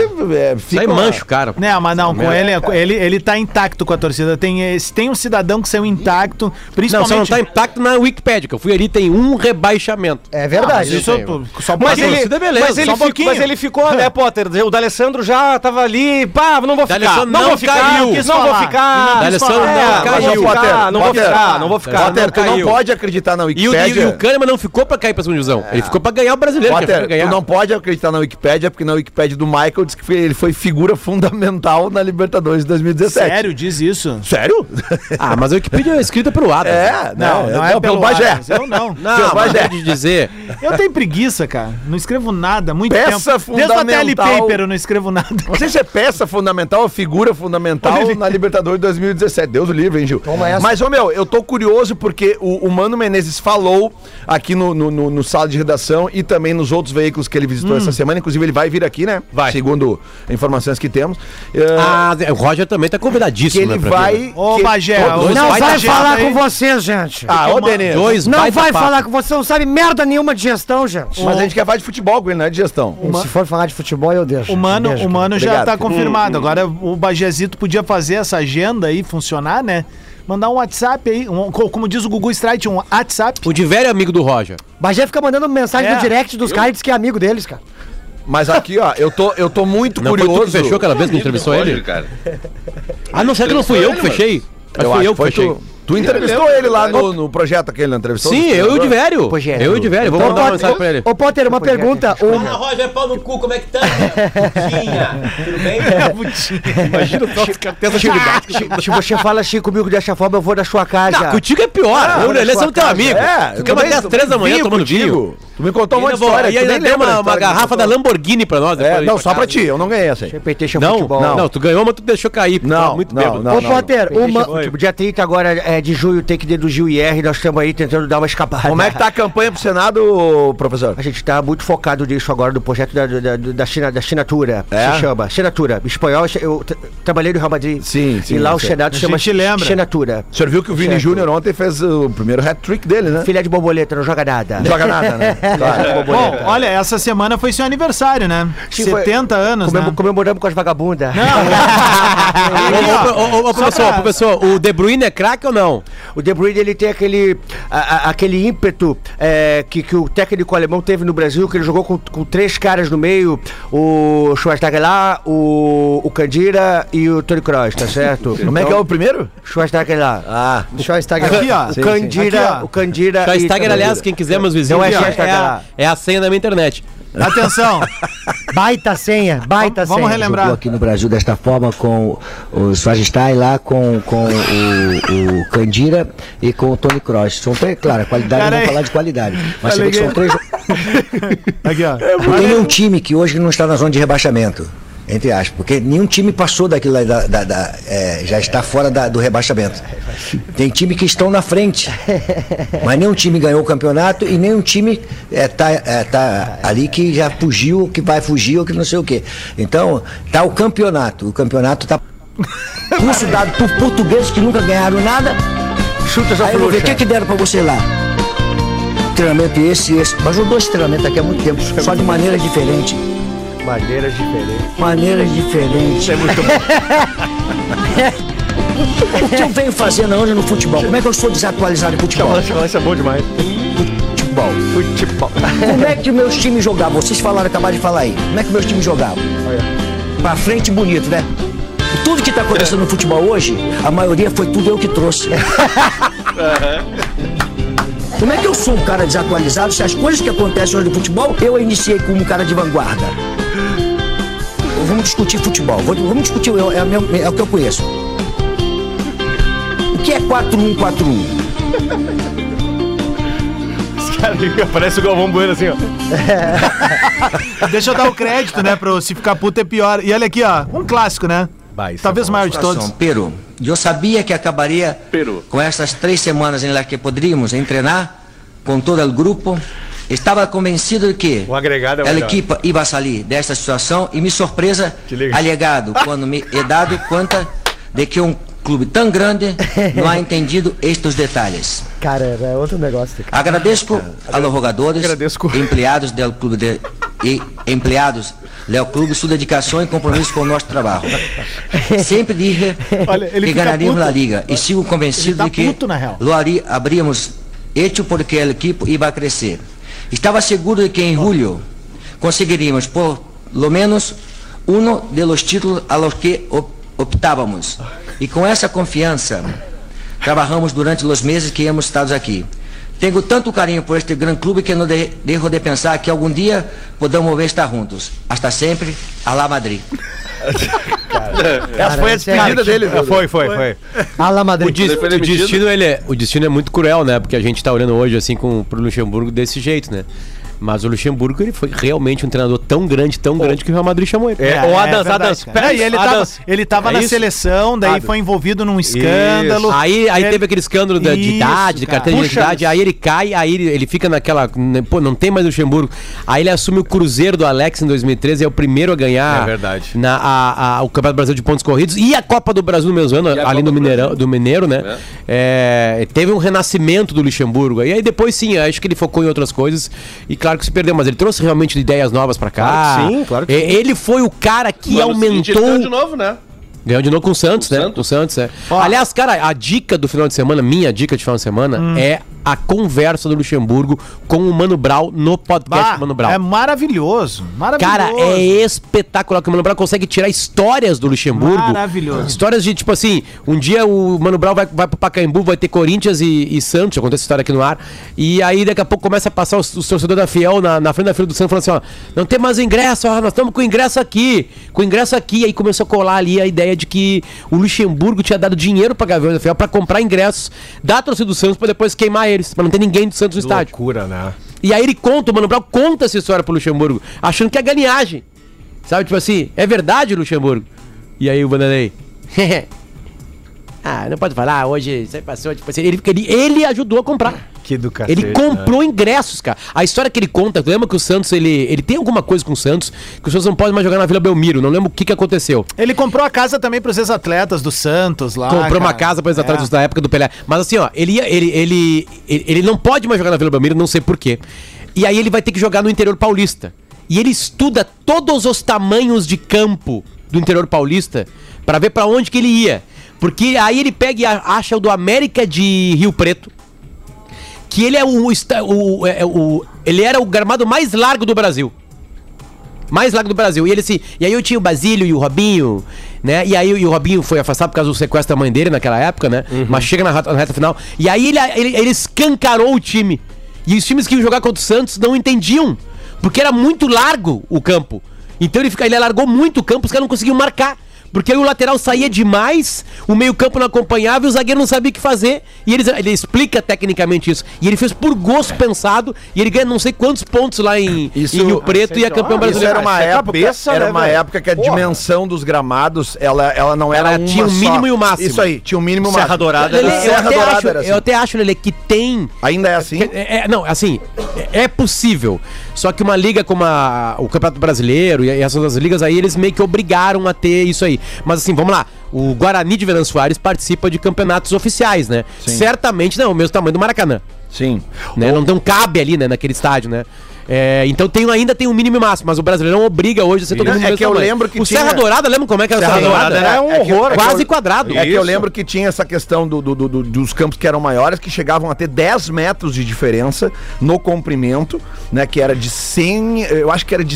[SPEAKER 5] Isso
[SPEAKER 6] fica
[SPEAKER 5] aí
[SPEAKER 6] uma-
[SPEAKER 5] mancha o cara.
[SPEAKER 3] Né, mas não, com ele, ele, ele tá intacto com a torcida. Tem, esse- tem um cidadão que saiu intacto,
[SPEAKER 5] Não, só não
[SPEAKER 3] principalmente.
[SPEAKER 5] tá intacto na Wikipedia, que eu fui ali tem um rebaixamento.
[SPEAKER 8] É
[SPEAKER 3] Mas
[SPEAKER 8] verdade.
[SPEAKER 3] isso
[SPEAKER 5] Sim,
[SPEAKER 3] eu- só
[SPEAKER 4] Mas
[SPEAKER 3] pra-
[SPEAKER 5] Mas
[SPEAKER 4] ele,
[SPEAKER 5] torcida é beleza,
[SPEAKER 4] mas,
[SPEAKER 5] só
[SPEAKER 4] ele
[SPEAKER 5] um
[SPEAKER 4] ficou,
[SPEAKER 5] pouquinho.
[SPEAKER 4] mas ele ficou, né, Potter? O D'Alessandro já tava ali, pá, não vou ficar.
[SPEAKER 5] D'Alessandro
[SPEAKER 4] Não,
[SPEAKER 5] não
[SPEAKER 4] vou ficar,
[SPEAKER 5] caiu.
[SPEAKER 4] não, vou ficar.
[SPEAKER 5] D'Alessandro
[SPEAKER 4] não,
[SPEAKER 5] Tá, não
[SPEAKER 4] é,
[SPEAKER 5] caiu.
[SPEAKER 4] não vou ficar, não vou
[SPEAKER 6] Potter,
[SPEAKER 4] ficar, não vou ficar.
[SPEAKER 6] Potter,
[SPEAKER 4] não
[SPEAKER 6] tu não
[SPEAKER 4] caiu.
[SPEAKER 6] pode acreditar na
[SPEAKER 5] E o, e,
[SPEAKER 6] Wikipédia.
[SPEAKER 5] e o Kahneman não ficou pra cair pra segunda divisão. Ele ficou pra ganhar o brasileiro. que ele
[SPEAKER 6] É. Potter,
[SPEAKER 5] foi
[SPEAKER 6] tu
[SPEAKER 5] ganhar.
[SPEAKER 6] não pode acreditar na Wikipédia, porque na Wikipédia do Michael diz que foi- ele foi figura fundamental na Libertadores de 2017.
[SPEAKER 3] Sério, diz isso?
[SPEAKER 6] Sério?
[SPEAKER 5] Ah, mas a Wikipedia é escrita pro Adam.
[SPEAKER 6] É, não, não, é pelo Bagé.
[SPEAKER 3] Aras, Eu não.
[SPEAKER 5] Não, mas
[SPEAKER 6] Mas é.
[SPEAKER 5] é de dizer.
[SPEAKER 3] Eu tenho preguiça, cara. Não escrevo nada, há muito
[SPEAKER 6] Peça
[SPEAKER 3] tempo. Desde o TL
[SPEAKER 6] fundamental.
[SPEAKER 3] Paper eu não escrevo nada.
[SPEAKER 6] Não sei se é peça fundamental ou figura fundamental na Libertadores de 2017. Deus o livre, hein, Gil? Mas, ô meu, eu tô curioso porque o, o Mano Menezes falou aqui no, no, no- no sala de redação e também nos outros veículos que ele
[SPEAKER 5] Hum.
[SPEAKER 6] visitou essa semana. Inclusive, ele vai vir aqui, né?
[SPEAKER 4] Vai.
[SPEAKER 6] Segundo informações que temos. Eh,
[SPEAKER 5] Ah, o Roger também tá
[SPEAKER 6] que
[SPEAKER 5] convidadíssimo,
[SPEAKER 6] ele
[SPEAKER 5] né, pra vir, né?
[SPEAKER 6] vai.
[SPEAKER 3] Ô,
[SPEAKER 6] que-
[SPEAKER 3] Bagé,
[SPEAKER 6] todos-
[SPEAKER 3] ô,
[SPEAKER 8] Não vai
[SPEAKER 3] Vai dar
[SPEAKER 8] falar
[SPEAKER 3] jeito,
[SPEAKER 8] com
[SPEAKER 3] hein?
[SPEAKER 8] vocês, gente.
[SPEAKER 6] Ah, ô, Denise.
[SPEAKER 5] Dois
[SPEAKER 8] Não
[SPEAKER 5] baita
[SPEAKER 8] vai
[SPEAKER 5] papo.
[SPEAKER 8] falar com vocês, não sabe merda nenhuma de gestão, gente.
[SPEAKER 6] Mas a gente quer falar de futebol com ele, não é de gestão.
[SPEAKER 8] Se for falar de futebol, eu deixo.
[SPEAKER 3] O Mano,
[SPEAKER 8] Beijo,
[SPEAKER 3] o
[SPEAKER 8] cara.
[SPEAKER 3] mano já
[SPEAKER 6] Obrigado,
[SPEAKER 3] tá
[SPEAKER 6] filho.
[SPEAKER 3] confirmado. Agora o Bagézito podia fazer essa agenda aí funcionar, né? Mandar um WhatsApp aí, um- co- como diz o Gugu Strike, um WhatsApp.
[SPEAKER 5] O de velho é amigo do Roger.
[SPEAKER 8] Mas já fica mandando mensagem
[SPEAKER 3] É.
[SPEAKER 8] no direct dos caras e diz que é amigo deles, cara.
[SPEAKER 6] Mas aqui, ó, eu tô, eu tô muito
[SPEAKER 5] Não
[SPEAKER 6] curioso.
[SPEAKER 5] foi tu que fechou aquela vez que entrevistou
[SPEAKER 7] Roger,
[SPEAKER 5] ele?
[SPEAKER 7] cara.
[SPEAKER 5] Ah, não, será que não fui eu que fechei? Acho que fui eu que
[SPEAKER 6] foi
[SPEAKER 5] fechei.
[SPEAKER 6] Tu, tu entrevistou ele lá no, no projeto aquele, não entrevistou?
[SPEAKER 5] Sim, eu e o de velho.
[SPEAKER 8] Pois é.
[SPEAKER 5] Eu e o de velho. Vou mandar uma mensagem pra Então, ele.
[SPEAKER 8] Ô, Potter, uma pergunta. O-
[SPEAKER 5] Roger, pau no cu, como é que tá? Tudo bem?
[SPEAKER 4] Imagina o troço que a testa
[SPEAKER 8] Se
[SPEAKER 10] Tipo,
[SPEAKER 8] você fala assim comigo dessa forma, eu vou na sua casa.
[SPEAKER 5] Contigo é pior. eu e o Lelê
[SPEAKER 6] são
[SPEAKER 5] somos teu amigo.
[SPEAKER 6] É,
[SPEAKER 5] Ficamos até às três da manhã tomando vinho.
[SPEAKER 6] Tu me contou
[SPEAKER 5] E
[SPEAKER 6] uma
[SPEAKER 5] ainda vou-
[SPEAKER 6] história.
[SPEAKER 5] E ainda deu uma, uma garrafa da Lamborghini pra nós. depois
[SPEAKER 6] É,
[SPEAKER 5] ali
[SPEAKER 6] não, só pra
[SPEAKER 5] casa.
[SPEAKER 6] ti, eu não ganhei essa aí.
[SPEAKER 8] Repeteixa
[SPEAKER 5] Não,
[SPEAKER 8] futebol.
[SPEAKER 5] não, tu ganhou, mas tu deixou cair. porque
[SPEAKER 6] Não,
[SPEAKER 5] tava muito
[SPEAKER 6] não,
[SPEAKER 5] bêbado.
[SPEAKER 6] não.
[SPEAKER 8] Ô, Potter, o Ma-
[SPEAKER 4] Oi.
[SPEAKER 10] Tipo, Dia 30 agora é, de julho tem que deduzir o IR, nós estamos aí tentando dar uma escapada.
[SPEAKER 6] Como é que tá a campanha pro Senado, professor?
[SPEAKER 10] A gente está muito focado nisso agora, do projeto da, da, da, China, da assinatura,
[SPEAKER 6] É?
[SPEAKER 10] se chama. Assinatura. Em espanhol, eu tra- trabalhei no Real Madrid.
[SPEAKER 6] Sim, sim,
[SPEAKER 10] E lá
[SPEAKER 6] eu
[SPEAKER 10] o
[SPEAKER 6] sei.
[SPEAKER 10] Senado
[SPEAKER 3] A
[SPEAKER 10] chama
[SPEAKER 3] gente lembra.
[SPEAKER 10] Assinatura.
[SPEAKER 6] O senhor viu que o Vini
[SPEAKER 10] Certo.
[SPEAKER 6] Júnior ontem fez o primeiro hat-trick dele, né?
[SPEAKER 10] Filé de borboleta, não joga nada.
[SPEAKER 6] Não joga nada, né? Claro.
[SPEAKER 3] Bom, olha, essa semana foi seu aniversário, né?
[SPEAKER 10] Sim,
[SPEAKER 5] Tipo, é
[SPEAKER 10] foi-
[SPEAKER 3] 70 anos,
[SPEAKER 10] Comemo-
[SPEAKER 3] né?
[SPEAKER 10] Comemoramos com as vagabundas.
[SPEAKER 5] Ô, ô, ô, ô, ô, professor, professor, o De Bruyne é craque ou não?
[SPEAKER 10] O De Bruyne ele tem aquele, a- a- aquele ímpeto é, que, que o técnico alemão teve no Brasil, que ele jogou com, com três caras no meio, o Schwarzenegger lá, o, o Candira e o Tony Kroos, tá certo?
[SPEAKER 6] Como é que é
[SPEAKER 5] Então-
[SPEAKER 6] o primeiro?
[SPEAKER 10] Schwarzenegger lá.
[SPEAKER 6] Ah,
[SPEAKER 8] Deixa eu Instagram.
[SPEAKER 3] Aqui, ó.
[SPEAKER 10] O Candira,
[SPEAKER 3] Aqui, ó.
[SPEAKER 10] o Candira
[SPEAKER 5] Só Instagram,
[SPEAKER 10] e-
[SPEAKER 5] aliás, quem quiser, meus vizinhos,
[SPEAKER 10] Não é
[SPEAKER 5] é,
[SPEAKER 10] Schwarzenegger.
[SPEAKER 5] a, é a senha da minha internet.
[SPEAKER 3] Atenção.
[SPEAKER 8] Baita senha, baita
[SPEAKER 3] vamos, vamos
[SPEAKER 8] senha.
[SPEAKER 3] relembrar.
[SPEAKER 10] no Brasil desta forma com o Schwarzenstein lá, com, com o, o Candira e com o Tony Kroos. São três, claro, a qualidade,
[SPEAKER 3] Cara,
[SPEAKER 10] não
[SPEAKER 3] é aí-
[SPEAKER 10] vou falar de qualidade. Mas você vê que são três...
[SPEAKER 3] Aqui, ó.
[SPEAKER 5] É
[SPEAKER 10] Não tem nenhum time que hoje não está na zona de rebaixamento. Entre aspas, porque nenhum time passou daquilo lá, da, da- da- é, já está fora da- do rebaixamento. Tem time que estão na frente, mas nenhum time ganhou o campeonato e nenhum time é, está ali que já fugiu, que vai fugir ou que não sei o quê. Então, tá o tá campeonato. O campeonato está Curso dado por portugueses que nunca ganharam nada.
[SPEAKER 9] Chuta já
[SPEAKER 10] Aí eu
[SPEAKER 9] falou.
[SPEAKER 10] vou ver o que, que deram pra você lá. Treinamento esse e esse. Mas eu dou esse treinamento aqui há muito tempo, só de maneira diferente.
[SPEAKER 9] Maneiras diferentes.
[SPEAKER 10] Maneiras diferentes.
[SPEAKER 9] É muito bom.
[SPEAKER 10] O que eu venho fazendo hoje no futebol? Como é que eu sou desatualizado em futebol?
[SPEAKER 9] Isso é bom demais.
[SPEAKER 10] Futebol.
[SPEAKER 9] Futebol.
[SPEAKER 10] Como é que meus times jogavam? Vocês falaram, acabaram de falar aí. Como é que meus times jogavam? Pra frente e bonito, né? Tudo que tá acontecendo no futebol hoje, a maioria foi tudo eu que trouxe. Como é que eu sou um cara desatualizado se as coisas que acontecem hoje no futebol eu iniciei como um cara de vanguarda? Vamos discutir futebol. Vou- Vamos discutir, eu- é, a minha- é o que eu conheço. O que é 4141?
[SPEAKER 9] Parece o Galvão Bueno assim, ó.
[SPEAKER 3] Deixa eu dar o crédito, né? Pro se ficar puto é pior. E olha aqui, ó. Um clássico, né?
[SPEAKER 9] Vai, isso
[SPEAKER 6] é
[SPEAKER 3] Talvez o maior de
[SPEAKER 10] Coração,
[SPEAKER 3] todos.
[SPEAKER 10] Peru, eu sabia que acabaria
[SPEAKER 7] Peru.
[SPEAKER 10] com essas três semanas em las que poderíamos entrenar com todo o grupo. Estava convencido de que
[SPEAKER 4] O agregado é o
[SPEAKER 10] a
[SPEAKER 4] melhor.
[SPEAKER 10] equipa ia sair desta situação e me surpresa
[SPEAKER 4] Que legal.
[SPEAKER 10] alegado quando me é dado conta de que um clube tão grande não ha entendido estes detalhes.
[SPEAKER 8] Cara, é outro negócio. Cara.
[SPEAKER 10] Agradeço a los jogadores,
[SPEAKER 9] Agradezco.
[SPEAKER 10] empleados del clube de, e empleados del clube sua dedicação e compromisso com o nosso trabalho. Sempre dije
[SPEAKER 3] Olha, ele
[SPEAKER 10] que
[SPEAKER 3] fica
[SPEAKER 10] ganaríamos
[SPEAKER 3] puto.
[SPEAKER 10] la liga e sigo
[SPEAKER 3] Ele
[SPEAKER 10] convencido
[SPEAKER 3] tá
[SPEAKER 10] de que
[SPEAKER 3] puto, na real.
[SPEAKER 10] lo harí- habríamos hecho porque a equipe iba a crescer. Estava seguro de que em julho conseguiríamos por lo menos uno de los títulos a los que op- optávamos. E com essa confiança Trabajamos durante os meses que hemos estado aqui. Tenho tanto carinho por este grande clube que não de- dejo de pensar que algum dia podamos volver a estar juntos. Hasta sempre, Alá Madrid.
[SPEAKER 6] Essa foi a
[SPEAKER 3] é
[SPEAKER 6] despedida dele,
[SPEAKER 4] Ah,
[SPEAKER 6] viu?
[SPEAKER 4] foi, foi, foi.
[SPEAKER 8] Ala
[SPEAKER 5] O,
[SPEAKER 8] Madrid.
[SPEAKER 5] des-
[SPEAKER 7] foi
[SPEAKER 5] o
[SPEAKER 7] demitido.
[SPEAKER 5] destino, ele é, o destino é muito cruel, né? Porque a gente tá olhando hoje assim com, pro Luxemburgo desse jeito, né? Mas o Luxemburgo ele foi realmente um treinador tão grande, tão grande que o Real Madrid chamou ele.
[SPEAKER 4] É, o Adams, Adams,
[SPEAKER 3] Peraí, ele tava,
[SPEAKER 4] Adams.
[SPEAKER 3] ele tava
[SPEAKER 4] É
[SPEAKER 3] na
[SPEAKER 4] isso?
[SPEAKER 3] seleção, daí
[SPEAKER 4] Adams.
[SPEAKER 3] foi envolvido num escândalo.
[SPEAKER 5] Aí, aí
[SPEAKER 3] Ele-
[SPEAKER 5] teve aquele escândalo da, de
[SPEAKER 3] Isso,
[SPEAKER 5] idade, de
[SPEAKER 3] cara.
[SPEAKER 5] carteira de
[SPEAKER 3] Puxa,
[SPEAKER 5] identidade, aí ele cai, aí ele, ele fica naquela. né, Pô, não tem mais Luxemburgo. Aí ele assume o Cruzeiro do Alex em 2013, é o primeiro a ganhar
[SPEAKER 9] É verdade.
[SPEAKER 5] na, a- a- o Campeonato Brasileiro de Pontos Corridos e a Copa do Brasil no mesmo ano,
[SPEAKER 7] a
[SPEAKER 5] ali
[SPEAKER 7] Copa
[SPEAKER 5] no
[SPEAKER 7] do
[SPEAKER 5] Mineirão, do Mineiro, né? É, teve um renascimento do Luxemburgo. E aí depois sim, acho que ele focou em outras coisas e claro que se perdeu, mas ele trouxe realmente ideias novas pra cá.
[SPEAKER 4] Claro que sim, claro que
[SPEAKER 5] E- Ele foi o cara que
[SPEAKER 7] No ano seguinte, ele ganhou
[SPEAKER 5] aumentou.
[SPEAKER 7] de novo, né?
[SPEAKER 5] Ganhou de novo com o Santos, né?
[SPEAKER 7] Santos.
[SPEAKER 5] Com o Santos, é. Aliás, cara, a dica do final de semana, minha dica de final de semana,
[SPEAKER 3] Hum.
[SPEAKER 5] é a conversa do Luxemburgo com o Mano Brau no podcast
[SPEAKER 3] Bah,
[SPEAKER 5] do Mano um Brau.
[SPEAKER 3] é maravilhoso, maravilhoso.
[SPEAKER 5] Cara, é espetacular que o Mano Brau consegue tirar histórias do Luxemburgo.
[SPEAKER 3] Maravilhoso.
[SPEAKER 5] Histórias de, tipo assim, um dia o Mano Brau vai, vai pro Pacaembu, vai ter Corinthians e, e Santos, já contei essa história aqui no ar, e aí daqui a pouco começa a passar os, os torcedores da Fiel na, na frente da fila do Santos, falando assim, ó, não tem mais ingresso, ó, nós estamos com ingresso aqui, com ingresso aqui, aí começou a colar ali a ideia de que o Luxemburgo tinha dado dinheiro pra Gaviões da Fiel pra comprar ingressos da torcida do Santos pra depois queimar eles, pra não ter ninguém do Santos no estádio.
[SPEAKER 4] Loucura, né?
[SPEAKER 5] E aí ele conta, o Mano Brown conta essa história pro Luxemburgo, achando que é galinhagem. Sabe, tipo assim, é verdade, Luxemburgo? E aí o Vanderlei. ah, não pode falar, hoje você passou, tipo assim. Ele, ele, ele ajudou a comprar.
[SPEAKER 4] Que do cacete,
[SPEAKER 5] Ele
[SPEAKER 4] né?
[SPEAKER 5] comprou ingressos, cara. A história que ele conta, lembra que o Santos, ele, ele tem alguma coisa com o Santos, que o Santos não pode mais jogar na Vila Belmiro, não lembro o que, que aconteceu.
[SPEAKER 3] Ele comprou a casa também pros ex-atletas do Santos lá.
[SPEAKER 5] Comprou uma
[SPEAKER 3] cara.
[SPEAKER 5] casa para os
[SPEAKER 3] É.
[SPEAKER 5] atletas da época do Pelé. Mas assim, ó, ele, ia- ele, ele, ele, ele não pode mais jogar na Vila Belmiro, não sei porquê. E aí ele vai ter que jogar no interior paulista. E ele estuda todos os tamanhos de campo do interior paulista para ver para onde que ele ia. Porque aí ele pega e a- acha o do América de Rio Preto, que ele é o, esta- o- é- é o- ele era o gramado mais largo do Brasil. Mais largo do Brasil. E ele assim, e aí eu tinha o Basílio e o Robinho, né? E aí e o Robinho foi afastado por causa do sequestro da mãe dele naquela época, né? Mas chega na reta, na reta final. E aí ele, ele, ele escancarou o time. E os times que iam jogar contra o Santos não entendiam. Porque era muito largo o campo. Então ele, fica, ele alargou muito o campo, os caras não conseguiam marcar. Porque aí o lateral saía demais, o meio-campo não acompanhava e o zagueiro não sabia o que fazer. E ele, ele explica tecnicamente isso. E ele fez por gosto pensado e ele ganha não sei quantos pontos lá em,
[SPEAKER 6] Isso-
[SPEAKER 5] em Rio Preto e é campeão
[SPEAKER 6] Isso
[SPEAKER 5] brasileiro.
[SPEAKER 6] era uma
[SPEAKER 4] Isso é
[SPEAKER 6] época,
[SPEAKER 4] cabeça,
[SPEAKER 6] era
[SPEAKER 4] né,
[SPEAKER 6] uma
[SPEAKER 4] velho?
[SPEAKER 6] época que a
[SPEAKER 4] Porra.
[SPEAKER 6] dimensão dos gramados, ela, ela não era
[SPEAKER 5] Ela
[SPEAKER 6] uma
[SPEAKER 5] tinha o
[SPEAKER 6] só.
[SPEAKER 5] mínimo e o máximo.
[SPEAKER 6] Isso aí, tinha o mínimo e o
[SPEAKER 4] Serra
[SPEAKER 6] máximo.
[SPEAKER 4] Dourada
[SPEAKER 5] Lelê,
[SPEAKER 6] Era
[SPEAKER 5] eu,
[SPEAKER 6] Serra
[SPEAKER 5] até
[SPEAKER 6] Dourada
[SPEAKER 5] acho,
[SPEAKER 6] era assim.
[SPEAKER 5] eu até acho, Lelê, que tem.
[SPEAKER 6] Ainda é assim?
[SPEAKER 5] que- é- é- não, assim, é é possível. Só que uma liga como a- o Campeonato Brasileiro e e essas outras ligas aí, eles meio que obrigaram a ter isso aí. Mas assim, vamos lá. O Guarani de Venâncio Soares participa de campeonatos oficiais, né? Certamente não, é o mesmo tamanho do Maracanã
[SPEAKER 6] Sim.
[SPEAKER 5] né? Não, não cabe ali, né, naquele estádio, né? É, então tem, ainda tem um mínimo e máximo, mas o Brasileirão obriga hoje a ser todo
[SPEAKER 6] Não,
[SPEAKER 5] mundo do
[SPEAKER 6] é
[SPEAKER 5] mesmo
[SPEAKER 6] que eu
[SPEAKER 5] tamanho.
[SPEAKER 6] lembro que
[SPEAKER 5] O
[SPEAKER 6] tinha-
[SPEAKER 5] Serra Dourada, lembra como é que era o
[SPEAKER 6] Serra
[SPEAKER 5] Serra Dourada? É
[SPEAKER 6] Dourada era um
[SPEAKER 5] que-
[SPEAKER 6] horror,
[SPEAKER 5] Quase
[SPEAKER 6] aquilo-
[SPEAKER 5] quadrado.
[SPEAKER 6] É que eu lembro que tinha essa questão do, do- do- do- dos campos que eram maiores, que chegavam a ter 10 metros de diferença no comprimento, né? Que era de 100, eu acho que era de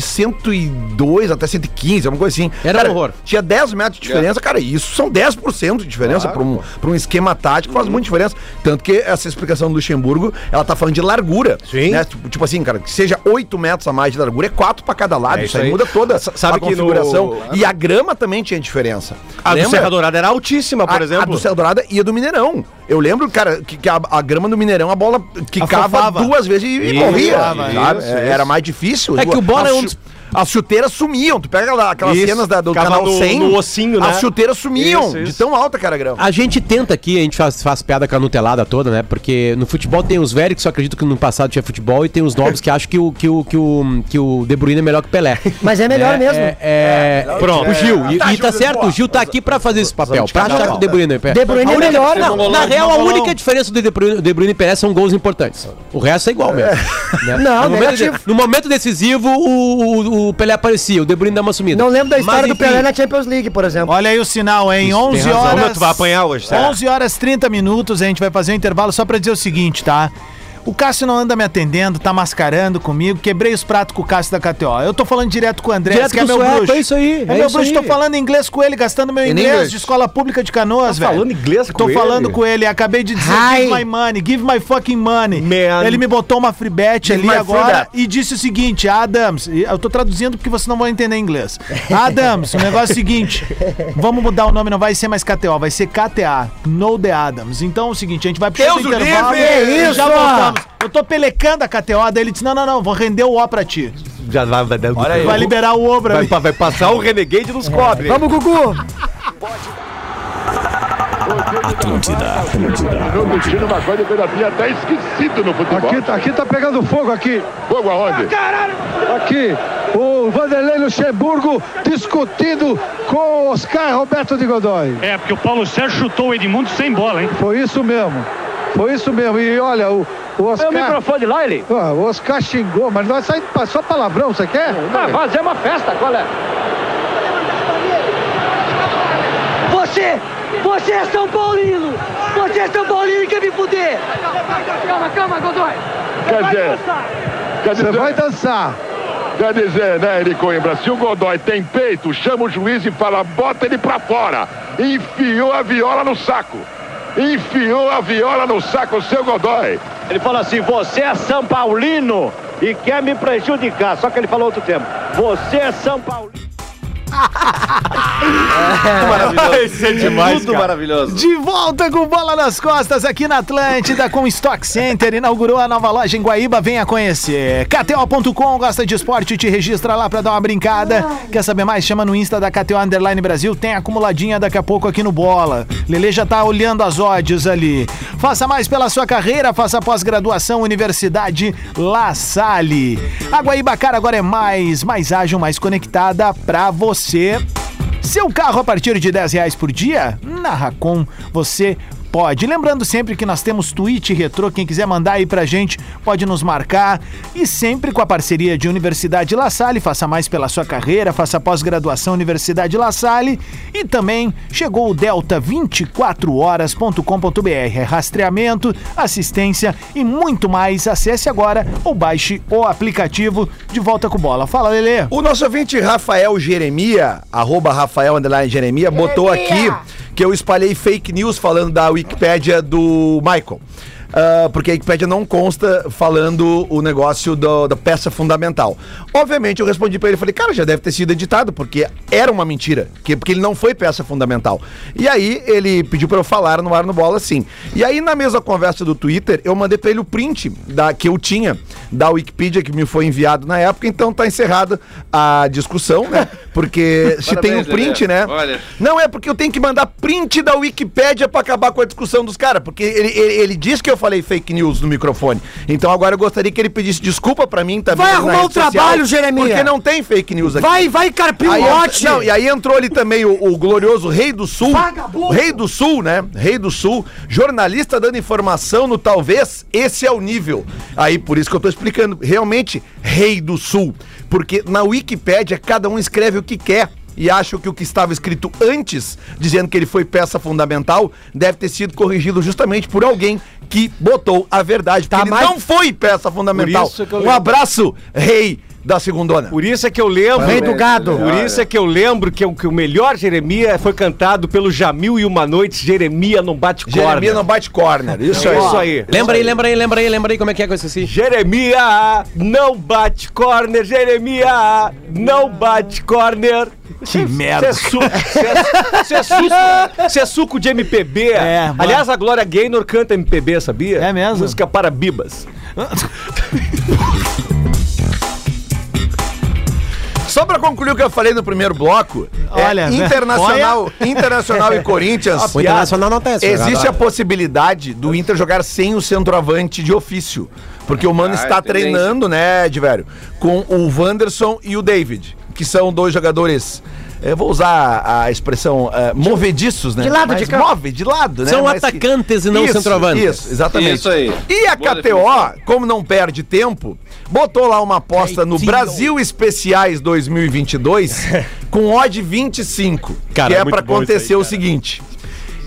[SPEAKER 6] 102 até 115, alguma coisa assim.
[SPEAKER 5] Era um
[SPEAKER 6] Cara,
[SPEAKER 5] horror.
[SPEAKER 6] Tinha 10 metros de diferença, cara, e isso são 10% de diferença para um, pra um esquema tático, faz muita diferença. Tanto que essa explicação do Luxemburgo, ela tá falando de largura.
[SPEAKER 4] Sim.
[SPEAKER 6] né, Tipo, tipo assim, cara, que seja 8 metros a mais de largura, é 4 para cada lado,
[SPEAKER 4] É
[SPEAKER 6] isso
[SPEAKER 4] isso
[SPEAKER 6] aí,
[SPEAKER 4] aí.
[SPEAKER 6] muda toda
[SPEAKER 4] sabe
[SPEAKER 6] a
[SPEAKER 4] que no-
[SPEAKER 6] configuração. E a grama também tinha diferença.
[SPEAKER 4] A do
[SPEAKER 6] Lembra?
[SPEAKER 4] Serra Dourada era altíssima, por
[SPEAKER 6] a,
[SPEAKER 4] exemplo.
[SPEAKER 6] A do Céu Dourada e a do Mineirão. Eu lembro, cara, que, que a, a grama do Mineirão, a bola quicava
[SPEAKER 3] Afofava.
[SPEAKER 6] duas vezes e,
[SPEAKER 4] Isso,
[SPEAKER 6] morria.
[SPEAKER 4] afofava,
[SPEAKER 6] sabe?
[SPEAKER 4] isso,
[SPEAKER 6] É,
[SPEAKER 4] isso.
[SPEAKER 6] Era mais difícil.
[SPEAKER 5] É que o bola
[SPEAKER 6] As
[SPEAKER 5] é um
[SPEAKER 6] chu-
[SPEAKER 5] dos-
[SPEAKER 6] As chuteiras sumiam. Tu pega lá aquelas
[SPEAKER 4] Isso,
[SPEAKER 6] cenas da- do
[SPEAKER 4] ficava
[SPEAKER 6] canal
[SPEAKER 4] no-
[SPEAKER 6] 100.
[SPEAKER 4] no ossinho, né?
[SPEAKER 6] As chuteiras sumiam
[SPEAKER 4] Isso,
[SPEAKER 6] de
[SPEAKER 4] isso.
[SPEAKER 6] tão alta que era a grama.
[SPEAKER 5] A gente tenta aqui, a gente faz, faz piada com a nutelada toda, né? Porque no futebol tem os velhos que só acreditam que no passado tinha futebol e tem os novos que acham que o, que o, que o, que o De Bruyne é melhor que o Pelé.
[SPEAKER 8] Mas é melhor
[SPEAKER 5] É,
[SPEAKER 8] mesmo.
[SPEAKER 5] é, é, pronto. O Gil. E,
[SPEAKER 6] Tá,
[SPEAKER 5] e tá
[SPEAKER 6] Gil,
[SPEAKER 5] certo, o Gil tá aqui pra fazer esse papel, pra
[SPEAKER 6] cada
[SPEAKER 5] achar
[SPEAKER 6] um.
[SPEAKER 5] que o De Bruyne é Pelé.
[SPEAKER 8] De Bruyne é melhor,
[SPEAKER 5] Na,
[SPEAKER 8] não.
[SPEAKER 5] na real, a única diferença do De Bruyne, De Bruyne e Pelé são gols importantes. O resto é igual mesmo. né?
[SPEAKER 8] Não,
[SPEAKER 5] no momento,
[SPEAKER 8] negativo.
[SPEAKER 5] de- no momento decisivo, o, o- o Pelé aparecia, o De Bruyne dá uma sumida.
[SPEAKER 8] Não lembro da história
[SPEAKER 5] Mas,
[SPEAKER 8] do Pelé
[SPEAKER 5] enfim,
[SPEAKER 8] na Champions League, por exemplo.
[SPEAKER 3] Olha aí o sinal, hein?
[SPEAKER 5] Isso, tem
[SPEAKER 3] 11
[SPEAKER 5] razão.
[SPEAKER 3] horas.
[SPEAKER 4] Não, tu vai apanhar hoje, tá?
[SPEAKER 3] 11 horas 30 minutos, a gente vai fazer um intervalo só pra dizer o seguinte, tá? O Cássio não anda me atendendo, tá mascarando comigo, quebrei os pratos com o Cássio da KTO. Eu tô falando direto com o André,
[SPEAKER 5] Direto
[SPEAKER 3] esse que
[SPEAKER 5] com
[SPEAKER 3] é
[SPEAKER 5] o
[SPEAKER 3] meu
[SPEAKER 5] sueco,
[SPEAKER 3] bruxo.
[SPEAKER 5] é isso aí,
[SPEAKER 3] É,
[SPEAKER 5] é
[SPEAKER 3] meu
[SPEAKER 5] isso
[SPEAKER 3] bruxo, tô
[SPEAKER 5] aí.
[SPEAKER 3] falando inglês com ele, gastando meu inglês,
[SPEAKER 6] inglês.
[SPEAKER 3] de escola pública de canoas, velho.
[SPEAKER 4] falando inglês com
[SPEAKER 3] Tô
[SPEAKER 4] ele?
[SPEAKER 3] falando com ele, acabei de dizer
[SPEAKER 8] Hi.
[SPEAKER 3] give my money, give my fucking money.
[SPEAKER 4] Man.
[SPEAKER 3] Ele me botou uma free bet
[SPEAKER 6] Give
[SPEAKER 3] ali
[SPEAKER 6] my free
[SPEAKER 3] agora
[SPEAKER 6] bet.
[SPEAKER 3] e disse o seguinte, Adams, e eu tô traduzindo porque você não vai entender inglês. Adams, o negócio é o seguinte, vamos mudar o nome, não vai ser mais KTO, vai ser KTA, No The Adams. Então é o seguinte, a gente vai pro
[SPEAKER 6] Deus o livre!
[SPEAKER 3] e
[SPEAKER 6] Que
[SPEAKER 3] já
[SPEAKER 6] isso?
[SPEAKER 3] voltamos. Eu tô pelecando a KTO, daí ele disse, não, não, não, vou render o O pra ti.
[SPEAKER 4] Já vai, vai, vai,
[SPEAKER 6] Olha aí.
[SPEAKER 3] Vai liberar o O pra
[SPEAKER 4] vai-
[SPEAKER 3] mim.
[SPEAKER 4] vai passar o Renegade dos pobres.
[SPEAKER 8] Vamos, Gugu!
[SPEAKER 7] é
[SPEAKER 11] Aqui, tá- aqui tá pegando fogo aqui. Fogo aonde? Caralho! Aqui, o Vanderlei Luxemburgo discutindo com o Oscar Roberto de Godoy.
[SPEAKER 1] É, porque o Paulo Sérgio chutou o Edmundo sem bola, hein?
[SPEAKER 11] Foi isso mesmo. Foi isso mesmo. E olha, o, o Oscar.
[SPEAKER 2] lá, ele.
[SPEAKER 11] Ah, o Oscar xingou, mas nós saímos pra- só palavrão, você quer? Ah,
[SPEAKER 2] Vai fazer uma festa, qual é? Você! Você é São Paulino! Você é São Paulino e quer me fuder! Calma, calma, Godoy!
[SPEAKER 11] Quer dizer, você vai dançar. Quer dizer, né, Eri Coimbra, se o Godoy tem peito, chama o juiz e fala, bota ele pra fora. Enfiou a viola no saco. Enfiou a viola no saco, seu Godoy.
[SPEAKER 2] Ele fala assim, você é São Paulino e quer me prejudicar. Só que ele falou outro tempo. Você é São Paulino.
[SPEAKER 7] Maravilhoso.
[SPEAKER 4] Isso é demais,
[SPEAKER 7] Tudo
[SPEAKER 4] cara.
[SPEAKER 7] maravilhoso.
[SPEAKER 3] De volta com bola nas costas aqui na Atlântida com o Stock Center. Inaugurou a nova loja em Guaíba. Venha conhecer. KTO.com gosta de esporte? Te registra lá pra dar uma brincada. Quer saber mais? Chama no Insta da KTO Underline Brasil. Tem acumuladinha daqui a pouco aqui no Bola. Lele já tá olhando as odds ali. Faça mais pela sua carreira. Faça pós-graduação Universidade La Salle. A Guaíba Cara agora é mais, mais ágil, mais conectada pra você. Seu carro a partir de 10 reais por dia? Na Racon você pode. Lembrando sempre que nós temos tweet retrô, quem quiser mandar aí pra gente pode nos marcar. E sempre com a parceria de Universidade La Salle, faça mais pela sua carreira, faça pós-graduação Universidade La Salle. E também chegou o Delta 24horas.com.br. É rastreamento, assistência e muito mais. Acesse agora ou baixe o aplicativo de volta com bola. Fala, Lelê.
[SPEAKER 6] O nosso ouvinte Rafael Jeremia, arroba Rafael Underline Jeremia, botou aqui que eu espalhei fake news falando da Wikipédia do Michael. Ah, porque a Wikipédia não consta falando o negócio do- da peça fundamental. Obviamente eu respondi pra ele, falei, cara, já deve ter sido editado, porque era uma mentira, que, porque ele não foi peça fundamental. E aí ele pediu pra eu falar no ar no bola assim. E aí na mesma conversa do Twitter, eu mandei pra ele o print da, que eu tinha da Wikipedia que me foi enviado na época, então tá encerrada a discussão, né? Porque se tem o
[SPEAKER 7] Parabéns,
[SPEAKER 6] print, né?
[SPEAKER 7] Lelê. Olha.
[SPEAKER 6] Não é porque eu tenho que mandar print da Wikipédia pra acabar com a discussão dos caras, porque ele, ele, ele diz que eu eu falei fake news no microfone. Então agora eu gostaria que ele pedisse desculpa pra mim também.
[SPEAKER 8] Vai
[SPEAKER 6] na
[SPEAKER 8] arrumar
[SPEAKER 6] rede
[SPEAKER 8] um trabalho, Jeremias.
[SPEAKER 6] Porque não tem fake news aqui.
[SPEAKER 8] Vai, vai carpir o
[SPEAKER 6] Aí entra-
[SPEAKER 8] lote.
[SPEAKER 6] Não, e aí entrou ali também o, o glorioso Rei do Sul.
[SPEAKER 8] Vagabundo.
[SPEAKER 6] Rei do Sul, né? Rei do Sul, jornalista dando informação no talvez, esse é o nível. Aí por isso que eu tô explicando. Realmente, Rei do Sul. Porque na Wikipédia cada um escreve o que quer. E acho que o que estava escrito antes, dizendo que ele foi peça fundamental, deve ter sido corrigido justamente por alguém que botou a verdade. Tá, ele
[SPEAKER 4] mas-
[SPEAKER 6] não foi peça fundamental.
[SPEAKER 4] isso que eu
[SPEAKER 6] Um
[SPEAKER 4] lembro.
[SPEAKER 6] abraço, rei da segundona.
[SPEAKER 4] Por isso é que eu lembro.
[SPEAKER 8] Rei do gado.
[SPEAKER 4] Por isso é que eu lembro que o, que o melhor Jeremias foi cantado pelo Jamil e uma noite. Jeremias não bate
[SPEAKER 6] Jeremias
[SPEAKER 4] corda.
[SPEAKER 6] não bate corner. Isso
[SPEAKER 4] É
[SPEAKER 6] aí.
[SPEAKER 4] isso aí.
[SPEAKER 5] Lembra aí, lembra aí, lembra aí, lembra aí como é que é que eu esqueci.
[SPEAKER 4] Jeremias não bate corner, Jeremias não bate corner. Que merda. Você é, su cê é, cê é, su- cê é suco de MPB.
[SPEAKER 3] É, mano.
[SPEAKER 4] Aliás, a Glória Gaynor canta MPB, sabia?
[SPEAKER 3] É mesmo?
[SPEAKER 4] Música para bibas.
[SPEAKER 6] Só pra concluir o que eu falei no primeiro bloco,
[SPEAKER 3] Olha,
[SPEAKER 6] é,
[SPEAKER 8] né?
[SPEAKER 6] internacional, internacional e Corinthians.
[SPEAKER 5] O Internacional não tá tem essa
[SPEAKER 6] Existe
[SPEAKER 5] jogada.
[SPEAKER 6] a possibilidade do Inter jogar sem o centroavante de ofício. Porque o Mano
[SPEAKER 7] Ah,
[SPEAKER 6] está
[SPEAKER 7] é tendência.
[SPEAKER 6] treinando, né, de velho, com o Wanderson e o David, que são dois jogadores. Eu vou usar a expressão eh, movediços, né?
[SPEAKER 8] De lado, de campo.
[SPEAKER 6] Move, de lado, né?
[SPEAKER 5] São
[SPEAKER 6] Mas que-
[SPEAKER 5] atacantes e não
[SPEAKER 6] Isso,
[SPEAKER 5] centroavantes.
[SPEAKER 6] Isso, exatamente.
[SPEAKER 7] Isso aí.
[SPEAKER 6] E a
[SPEAKER 7] Boa
[SPEAKER 6] KTO,
[SPEAKER 7] definição.
[SPEAKER 6] Ah, como não perde tempo, botou lá uma aposta no Brasil Especiais 2022 com odd 25,
[SPEAKER 4] Cara,
[SPEAKER 6] que
[SPEAKER 4] é
[SPEAKER 6] é
[SPEAKER 4] muito
[SPEAKER 6] pra
[SPEAKER 4] bom isso
[SPEAKER 6] acontecer
[SPEAKER 4] aí,
[SPEAKER 6] o seguinte.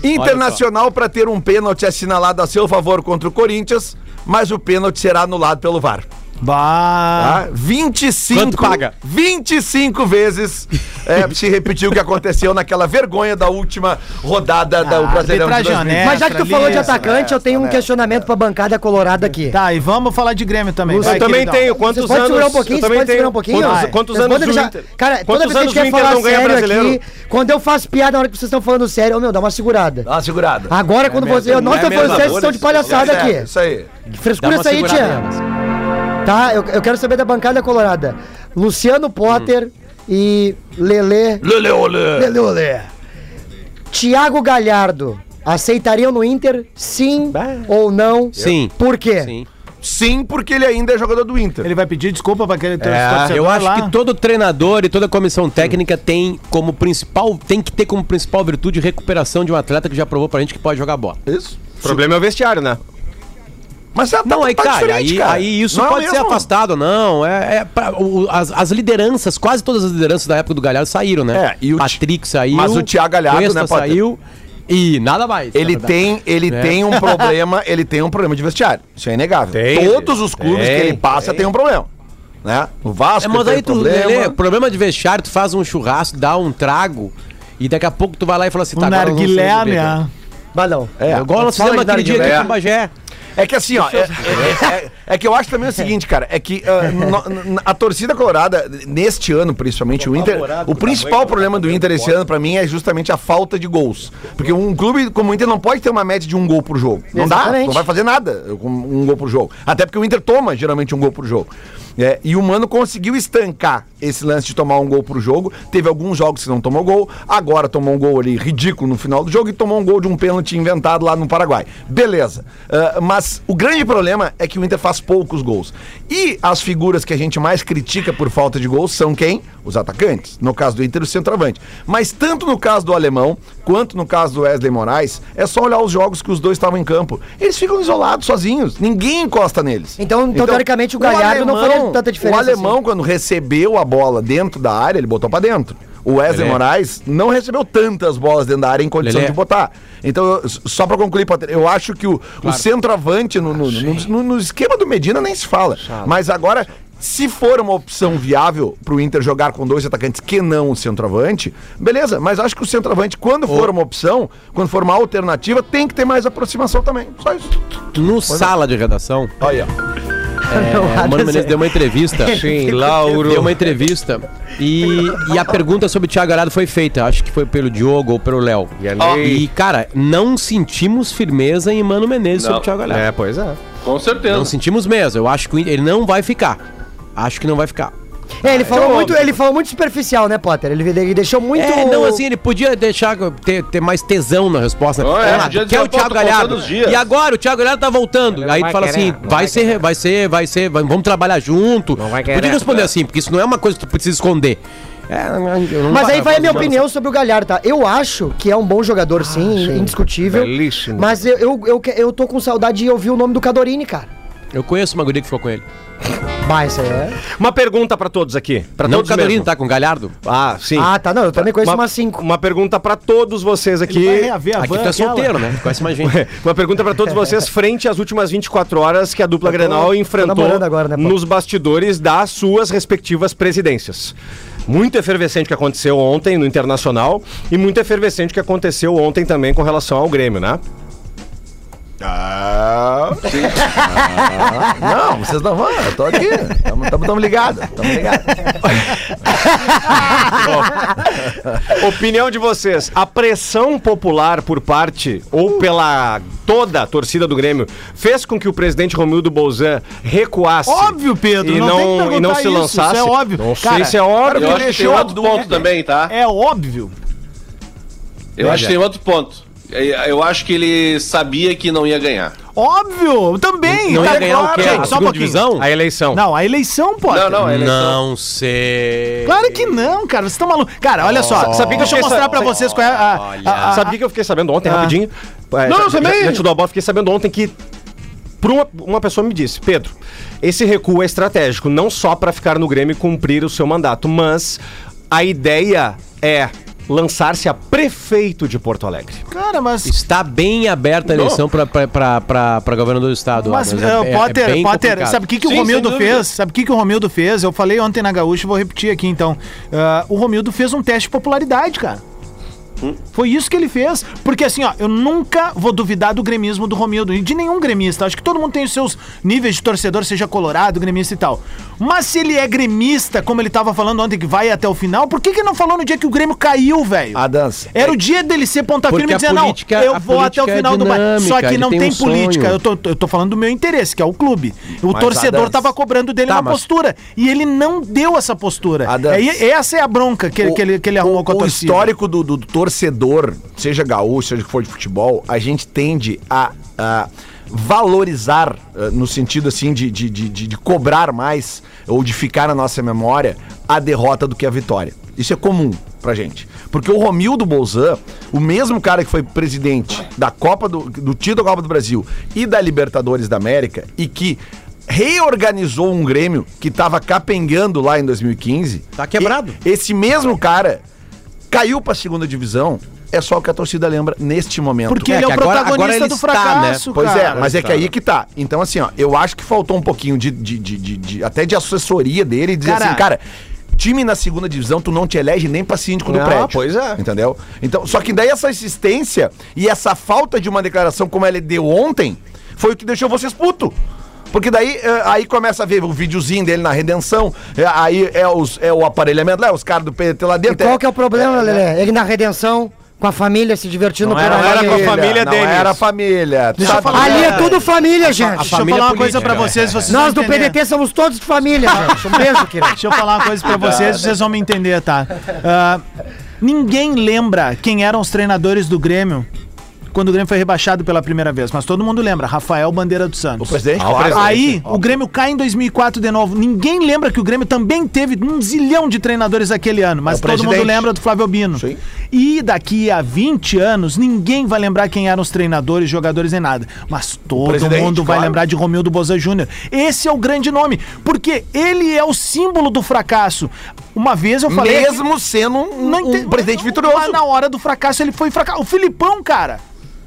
[SPEAKER 6] Internacional para ter um pênalti assinalado a seu favor contra o Corinthians, mas o pênalti será anulado pelo VAR.
[SPEAKER 3] Bah.
[SPEAKER 6] Tá? 25
[SPEAKER 5] Quanto paga?
[SPEAKER 6] 25 vezes é, se repetiu o que aconteceu naquela vergonha da última rodada do Brasileirão de
[SPEAKER 3] arbitragem
[SPEAKER 6] 2020.
[SPEAKER 8] Mas já que tu
[SPEAKER 3] Extra,
[SPEAKER 8] falou de
[SPEAKER 3] lista,
[SPEAKER 8] atacante, eu tenho um questionamento pra bancada colorada aqui.
[SPEAKER 3] Tá, e vamos falar de Grêmio também.
[SPEAKER 8] Eu
[SPEAKER 3] vai,
[SPEAKER 8] também
[SPEAKER 3] queridão.
[SPEAKER 4] tenho.
[SPEAKER 8] Você pode segurar um pouquinho?
[SPEAKER 4] eu
[SPEAKER 8] Você
[SPEAKER 4] também
[SPEAKER 8] pode segurar um
[SPEAKER 4] tenho.
[SPEAKER 8] pouquinho?
[SPEAKER 4] Quantos-
[SPEAKER 8] Vai.
[SPEAKER 4] quantos
[SPEAKER 8] Vocês
[SPEAKER 4] anos
[SPEAKER 8] podem
[SPEAKER 4] o
[SPEAKER 8] já-
[SPEAKER 4] Inter-
[SPEAKER 8] Cara, toda vez
[SPEAKER 4] quantos
[SPEAKER 8] que a
[SPEAKER 4] anos
[SPEAKER 8] gente
[SPEAKER 4] o
[SPEAKER 8] quer
[SPEAKER 4] Inter
[SPEAKER 8] falar
[SPEAKER 4] não ganha
[SPEAKER 8] sério
[SPEAKER 4] brasileiro?
[SPEAKER 8] aqui, quando eu faço piada na hora que vocês estão falando sério, ô meu, dá uma segurada.
[SPEAKER 4] Ah,
[SPEAKER 6] Dá uma segurada.
[SPEAKER 8] Agora, quando você... Nós
[SPEAKER 6] É
[SPEAKER 8] estamos falando
[SPEAKER 6] mesmo,
[SPEAKER 8] sério, vocês estão de palhaçada
[SPEAKER 6] É,
[SPEAKER 8] aqui.
[SPEAKER 6] Isso aí.
[SPEAKER 8] Que
[SPEAKER 5] Dá
[SPEAKER 8] frescura
[SPEAKER 5] uma
[SPEAKER 8] isso aí,
[SPEAKER 5] segurada
[SPEAKER 8] tia.
[SPEAKER 5] nelas.
[SPEAKER 8] Tá, eu, eu quero saber da bancada colorada. Luciano Potter e Lelê.
[SPEAKER 6] Lele, olê.
[SPEAKER 8] Lelê, Lelê. Tiago Galhardo. Aceitariam no Inter? Sim ou não?
[SPEAKER 5] Sim.
[SPEAKER 8] Por quê?
[SPEAKER 5] Sim.
[SPEAKER 6] Sim, porque ele ainda é jogador do Inter.
[SPEAKER 3] Ele vai pedir desculpa pra aquele teu
[SPEAKER 5] É,
[SPEAKER 3] torcedor
[SPEAKER 5] eu acho
[SPEAKER 3] lá.
[SPEAKER 5] que todo treinador e toda comissão técnica tem como principal, tem que ter como principal virtude recuperação de um atleta que já provou pra gente que pode jogar bola.
[SPEAKER 6] Isso.
[SPEAKER 4] O problema é o vestiário, né?
[SPEAKER 6] Mas tá,
[SPEAKER 5] Não, aí,
[SPEAKER 6] tá
[SPEAKER 5] cara,
[SPEAKER 6] diferente,
[SPEAKER 5] aí,
[SPEAKER 6] cara.
[SPEAKER 5] aí isso
[SPEAKER 6] Não é o
[SPEAKER 5] pode ser
[SPEAKER 6] mesmo.
[SPEAKER 5] afastado, não. É, é pra- o- as, as lideranças, quase todas as lideranças da época do Galhardo saíram, né?
[SPEAKER 6] É, e o Ti-
[SPEAKER 5] Patrick saiu.
[SPEAKER 6] Mas o Thiago Galhardo,
[SPEAKER 5] Cuesta
[SPEAKER 6] né, Potter?
[SPEAKER 5] saiu e nada mais.
[SPEAKER 6] Ele
[SPEAKER 5] na verdade.
[SPEAKER 6] tem, ele
[SPEAKER 5] É.
[SPEAKER 6] tem um problema, ele tem um problema de vestiário. Isso é inegável.
[SPEAKER 4] Tem,
[SPEAKER 6] Todos os clubes
[SPEAKER 4] tem,
[SPEAKER 6] que ele passa tem, um problema, né? O
[SPEAKER 5] É,
[SPEAKER 6] Vasco
[SPEAKER 5] mas
[SPEAKER 6] tem
[SPEAKER 5] aí tu,
[SPEAKER 6] problema.
[SPEAKER 5] Lelê, problema de vestiário, tu faz um churrasco, dá um trago e daqui a pouco tu vai lá e fala assim,
[SPEAKER 3] O
[SPEAKER 5] agora eu não sei
[SPEAKER 3] narguilé,
[SPEAKER 5] beber.
[SPEAKER 3] né?
[SPEAKER 8] Mas não.
[SPEAKER 6] É,
[SPEAKER 5] Igual nós
[SPEAKER 6] Um fala
[SPEAKER 5] fizemos
[SPEAKER 6] de
[SPEAKER 5] aquele dia
[SPEAKER 6] narguilé.
[SPEAKER 5] aqui no Bagé.
[SPEAKER 6] É que assim, ó, é, é- é- é que eu acho também o seguinte, cara, é que ah, no- no- a torcida colorada, neste ano, principalmente, o Inter. O principal problema do Inter esse ano, pra mim, é justamente a falta de gols. Porque um clube como o Inter não pode ter uma média de um gol por jogo. Não dá,
[SPEAKER 8] Exatamente.
[SPEAKER 6] não vai fazer nada com um gol por jogo. Até porque o Inter toma geralmente um gol por jogo. É, e o Mano conseguiu estancar esse lance de tomar um gol por jogo. Teve alguns jogos que não tomou gol. Agora tomou um gol ali ridículo no final do jogo e tomou um gol de um pênalti inventado lá no Paraguai. Beleza. Ah, mas o grande problema é que o Inter faz poucos gols. E as figuras que a gente mais critica por falta de gols são quem? Os atacantes. No caso do Inter, o centroavante. Mas tanto no caso do alemão quanto no caso do Wesley Moraes, é só olhar os jogos que os dois estavam em campo. Eles ficam isolados, sozinhos. Ninguém encosta neles.
[SPEAKER 8] Então, então, teoricamente, o Galhardo não faria tanta diferença
[SPEAKER 6] O alemão, Então, quando recebeu a bola dentro da área, ele botou pra dentro. O Wesley
[SPEAKER 5] Lelê.
[SPEAKER 6] Moraes não recebeu tantas bolas dentro da área em condição
[SPEAKER 5] Lelê.
[SPEAKER 6] de botar. Então, eu- só pra concluir, Potter, eu acho que o, o centroavante no, no- no- no- no esquema do Medina nem se fala. Mas agora, se for uma opção viável pro Inter jogar com dois atacantes que não o centroavante, beleza. Mas acho que o centroavante, quando for uma opção, quando for uma alternativa, tem que ter mais aproximação também. Só isso.
[SPEAKER 5] No sala de redação,
[SPEAKER 6] Olha.
[SPEAKER 5] é, o Mano Menezes deu uma entrevista.
[SPEAKER 4] Sim, Lauro.
[SPEAKER 5] Deu uma entrevista e, e a pergunta sobre o Thiago Galhardo foi feita. Acho que foi pelo Diogo ou pelo Léo.
[SPEAKER 4] Ó.
[SPEAKER 5] E, cara, não sentimos firmeza em Mano Menezes sobre o Thiago Galhardo.
[SPEAKER 4] É, pois é.
[SPEAKER 7] Com certeza.
[SPEAKER 5] Não sentimos mesmo. Eu acho que o Inter- ele não vai ficar. Acho que não vai ficar.
[SPEAKER 8] É, ele falou
[SPEAKER 5] Então,
[SPEAKER 8] muito, ele falou muito superficial, né, Potter? Ele, ele deixou muito.
[SPEAKER 5] É, não, assim, ele podia deixar ter, ter mais tesão na resposta.
[SPEAKER 8] Ah, é,
[SPEAKER 5] Ah,
[SPEAKER 8] podia
[SPEAKER 5] tu
[SPEAKER 8] dizer,
[SPEAKER 5] quer o
[SPEAKER 8] pô,
[SPEAKER 5] Thiago
[SPEAKER 8] tô contando
[SPEAKER 5] Galhardo.
[SPEAKER 8] os dias.
[SPEAKER 5] E agora o Thiago Galhardo tá voltando. Aí tu
[SPEAKER 12] vai
[SPEAKER 5] fala
[SPEAKER 12] querer,
[SPEAKER 5] assim,
[SPEAKER 12] não
[SPEAKER 5] vai ser, vai ser, vai ser, vai- vamos trabalhar junto. Não vai
[SPEAKER 12] querer.
[SPEAKER 5] Podia responder assim, porque isso não é uma coisa que tu precisa esconder. É, eu não-
[SPEAKER 8] Mas aí
[SPEAKER 5] eu
[SPEAKER 8] vai a minha
[SPEAKER 5] não-
[SPEAKER 8] opinião sobre o Galhardo, tá? Eu acho que é um bom jogador, sim, indiscutível.
[SPEAKER 5] Belíssimo.
[SPEAKER 8] Mas eu, eu, eu, que- eu tô com saudade de ouvir o nome do Cadorini, cara.
[SPEAKER 5] Eu conheço uma guria que ficou com ele.
[SPEAKER 8] Mas é.
[SPEAKER 4] Uma pergunta pra todos aqui. Pra
[SPEAKER 5] Não,
[SPEAKER 4] todos
[SPEAKER 5] o Cadorino
[SPEAKER 4] mesmo.
[SPEAKER 5] tá com o Galhardo?
[SPEAKER 4] Ah, sim.
[SPEAKER 8] Ah, tá, não, eu também conheço umas cinco.
[SPEAKER 4] Uma pergunta pra todos vocês aqui.
[SPEAKER 3] vai reaver a
[SPEAKER 4] aqui
[SPEAKER 3] van
[SPEAKER 4] tu é
[SPEAKER 3] aquela.
[SPEAKER 4] solteiro, né? Conhece mais gente. uma pergunta pra todos vocês frente às últimas 24 horas que a dupla Grenal enfrentou
[SPEAKER 8] namorando agora, né, Paulo?
[SPEAKER 4] nos bastidores das suas respectivas presidências. Muito efervescente o que aconteceu ontem no Internacional e muito efervescente o que aconteceu ontem também com relação ao Grêmio, né?
[SPEAKER 6] Ah, Ah, não, vocês não vão, eu tô aqui. Estamos ligados, estamos ligados.
[SPEAKER 4] Opinião de vocês, a pressão popular por parte ou pela toda a torcida do Grêmio fez com que o presidente Romildo Bolzan recuasse.
[SPEAKER 3] Óbvio, Pedro,
[SPEAKER 4] e
[SPEAKER 3] não
[SPEAKER 4] não,
[SPEAKER 3] tem que perguntar
[SPEAKER 4] e não se
[SPEAKER 3] isso,
[SPEAKER 4] lançasse.
[SPEAKER 3] isso é óbvio.
[SPEAKER 4] Não sei
[SPEAKER 3] Cara,
[SPEAKER 4] se é óbvio.
[SPEAKER 7] Eu acho que tem outro ponto também, tá?
[SPEAKER 3] É óbvio.
[SPEAKER 7] Eu acho que tem outro ponto. Eu- Eu acho que ele sabia que não ia ganhar.
[SPEAKER 3] Óbvio, também.
[SPEAKER 5] Não ia
[SPEAKER 3] tá
[SPEAKER 5] ganhar
[SPEAKER 3] claro.
[SPEAKER 5] o quê?
[SPEAKER 3] Gente,
[SPEAKER 5] A
[SPEAKER 3] só um
[SPEAKER 5] segunda
[SPEAKER 3] pouquinho.
[SPEAKER 5] divisão?
[SPEAKER 4] A eleição.
[SPEAKER 3] Não, a eleição, pô.
[SPEAKER 7] não, a eleição.
[SPEAKER 5] Não sei.
[SPEAKER 3] Claro que não, cara. Vocês estão malucos. Cara, olha só.
[SPEAKER 4] Sabia que eu
[SPEAKER 3] deixa eu
[SPEAKER 4] fiquei
[SPEAKER 3] mostrar
[SPEAKER 4] sa-
[SPEAKER 3] pra
[SPEAKER 4] sa-
[SPEAKER 3] vocês qual é a. a- a-
[SPEAKER 4] Ah, Sabe o que eu fiquei sabendo ontem,
[SPEAKER 3] Ah.
[SPEAKER 4] rapidinho? É,
[SPEAKER 7] Não,
[SPEAKER 4] já-
[SPEAKER 7] eu também.
[SPEAKER 4] já- Já te dou a bola, fiquei sabendo ontem que. Pra uma, uma pessoa me disse, Pedro, esse recuo é estratégico, não só para ficar no Grêmio e cumprir o seu mandato, mas a ideia é lançar-se a prefeito de Porto Alegre.
[SPEAKER 3] Cara, mas.
[SPEAKER 5] Está bem aberta a eleição pra- pra- pra pra- pra governador do estado.
[SPEAKER 3] Mas,
[SPEAKER 5] Adams.
[SPEAKER 3] ah,
[SPEAKER 5] É- é- é
[SPEAKER 3] Potter,
[SPEAKER 5] bem
[SPEAKER 3] Potter,
[SPEAKER 5] complicado.
[SPEAKER 3] sabe o que, que o
[SPEAKER 7] Sim,
[SPEAKER 3] Romildo
[SPEAKER 7] sem dúvida.
[SPEAKER 3] fez? Sabe o que, que o Romildo fez? Eu falei ontem na Gaúcha, vou repetir aqui então. Ah, o Romildo fez um teste de popularidade, cara.
[SPEAKER 7] Hum?
[SPEAKER 3] Foi isso que ele fez. Porque assim, ó, eu nunca vou duvidar do gremismo do Romildo e de nenhum gremista. Acho que todo mundo tem os seus níveis de torcedor, seja colorado, gremista e tal. Mas se ele é gremista, como ele tava falando ontem, que vai até o final, por que, que não falou no dia que o Grêmio caiu, velho?
[SPEAKER 6] A dança.
[SPEAKER 3] Era o dia dele ser ponta
[SPEAKER 5] É Porque
[SPEAKER 3] firme e
[SPEAKER 5] a
[SPEAKER 3] dizer,
[SPEAKER 5] política-
[SPEAKER 3] não, eu
[SPEAKER 5] a
[SPEAKER 3] vou até o
[SPEAKER 5] política é
[SPEAKER 3] final do bairro. Só
[SPEAKER 5] dinâmica,
[SPEAKER 3] que
[SPEAKER 5] ele
[SPEAKER 3] não tem,
[SPEAKER 5] tem um
[SPEAKER 3] política.
[SPEAKER 5] sonho.
[SPEAKER 3] Eu tô, eu tô falando do meu interesse, que é o clube. O
[SPEAKER 6] Mas,
[SPEAKER 3] torcedor
[SPEAKER 6] Adams,
[SPEAKER 3] tava cobrando dele
[SPEAKER 5] tá,
[SPEAKER 3] uma
[SPEAKER 5] mas-
[SPEAKER 3] postura. E ele não deu essa postura.
[SPEAKER 6] Adams,
[SPEAKER 3] É, e essa é a bronca que, ele-
[SPEAKER 6] O-
[SPEAKER 3] que ele, que ele arrumou
[SPEAKER 6] o,
[SPEAKER 3] com a
[SPEAKER 6] o
[SPEAKER 3] torcida.
[SPEAKER 6] histórico do, do torcedor, seja gaúcho, seja que for de futebol, a gente tende a, a valorizar, eh, no sentido assim de, de, de, de- de cobrar mais, ou de ficar na nossa memória, a derrota do que a vitória. Isso é comum pra gente. Porque o Romildo Bolzan, o mesmo cara que foi presidente da Copa do, do título da Copa do Brasil e da Libertadores da América, e que reorganizou um Grêmio que tava capengando lá em 2015.
[SPEAKER 5] Tá quebrado.
[SPEAKER 6] E- esse mesmo cara caiu pra segunda divisão. É só o que a torcida lembra neste momento.
[SPEAKER 3] Porque
[SPEAKER 5] É
[SPEAKER 3] ele é o
[SPEAKER 5] que agora-
[SPEAKER 3] protagonista
[SPEAKER 5] agora ele
[SPEAKER 3] do
[SPEAKER 5] está, né?
[SPEAKER 3] fracasso,
[SPEAKER 6] Pois
[SPEAKER 3] cara.
[SPEAKER 6] é, mas é que aí que tá. Então, assim, ó, eu acho que faltou um pouquinho de, de, de, de- de- até de assessoria dele e dizer
[SPEAKER 3] Cara.
[SPEAKER 6] assim, cara. Time na segunda divisão, tu não te elege nem pra síndico do
[SPEAKER 4] Ah,
[SPEAKER 6] prédio.
[SPEAKER 4] pois é.
[SPEAKER 6] Entendeu? Então, só que daí essa insistência e essa falta de uma declaração como ele deu ontem foi o que deixou vocês puto. Porque daí eh, aí começa a ver o videozinho dele na redenção, eh, aí é, os, é o aparelhamento, lá, é os caras do PT lá
[SPEAKER 8] E
[SPEAKER 6] dentro.
[SPEAKER 8] qual que é o problema, Lelê? Ele na redenção, com a família, se divertindo
[SPEAKER 6] Não era, não era com a
[SPEAKER 8] Paraná.
[SPEAKER 6] família
[SPEAKER 4] não
[SPEAKER 6] dele.
[SPEAKER 4] era
[SPEAKER 6] a família.
[SPEAKER 3] Deixa eu falar.
[SPEAKER 8] Ali é tudo família, gente.
[SPEAKER 3] Deixa eu falar uma coisa pra
[SPEAKER 6] né?
[SPEAKER 3] vocês, vocês
[SPEAKER 8] Nós
[SPEAKER 3] vão
[SPEAKER 8] do
[SPEAKER 3] entender.
[SPEAKER 8] PDT somos todos de família, gente. Um beijo, querido.
[SPEAKER 3] Deixa eu falar uma coisa pra vocês, vocês vão me entender, tá? Ah, ninguém lembra quem eram os treinadores do Grêmio quando o Grêmio foi rebaixado pela primeira vez, mas todo mundo lembra. Rafael Bandeira dos Santos.
[SPEAKER 6] presidente,
[SPEAKER 4] o
[SPEAKER 6] claro.
[SPEAKER 3] Aí o Grêmio cai em 2004 de novo. Ninguém lembra que o Grêmio também teve um zilhão de treinadores aquele ano, mas
[SPEAKER 6] É o
[SPEAKER 3] todo mundo
[SPEAKER 6] presidente.
[SPEAKER 3] lembra do Flávio Albino.
[SPEAKER 6] Sim.
[SPEAKER 3] E daqui a 20 anos, ninguém vai lembrar quem eram os treinadores, jogadores nem nada. Mas todo
[SPEAKER 6] presidente,
[SPEAKER 3] mundo vai
[SPEAKER 6] claro.
[SPEAKER 3] lembrar de Romildo Boza Júnior. Esse é o grande nome, porque ele é o símbolo do fracasso. Uma vez eu falei.
[SPEAKER 6] Mesmo sendo um,
[SPEAKER 3] Não
[SPEAKER 6] um
[SPEAKER 3] ente-
[SPEAKER 6] presidente
[SPEAKER 3] não-
[SPEAKER 6] vitorioso.
[SPEAKER 3] mas na hora do fracasso, ele foi fracasso. O Filipão, cara.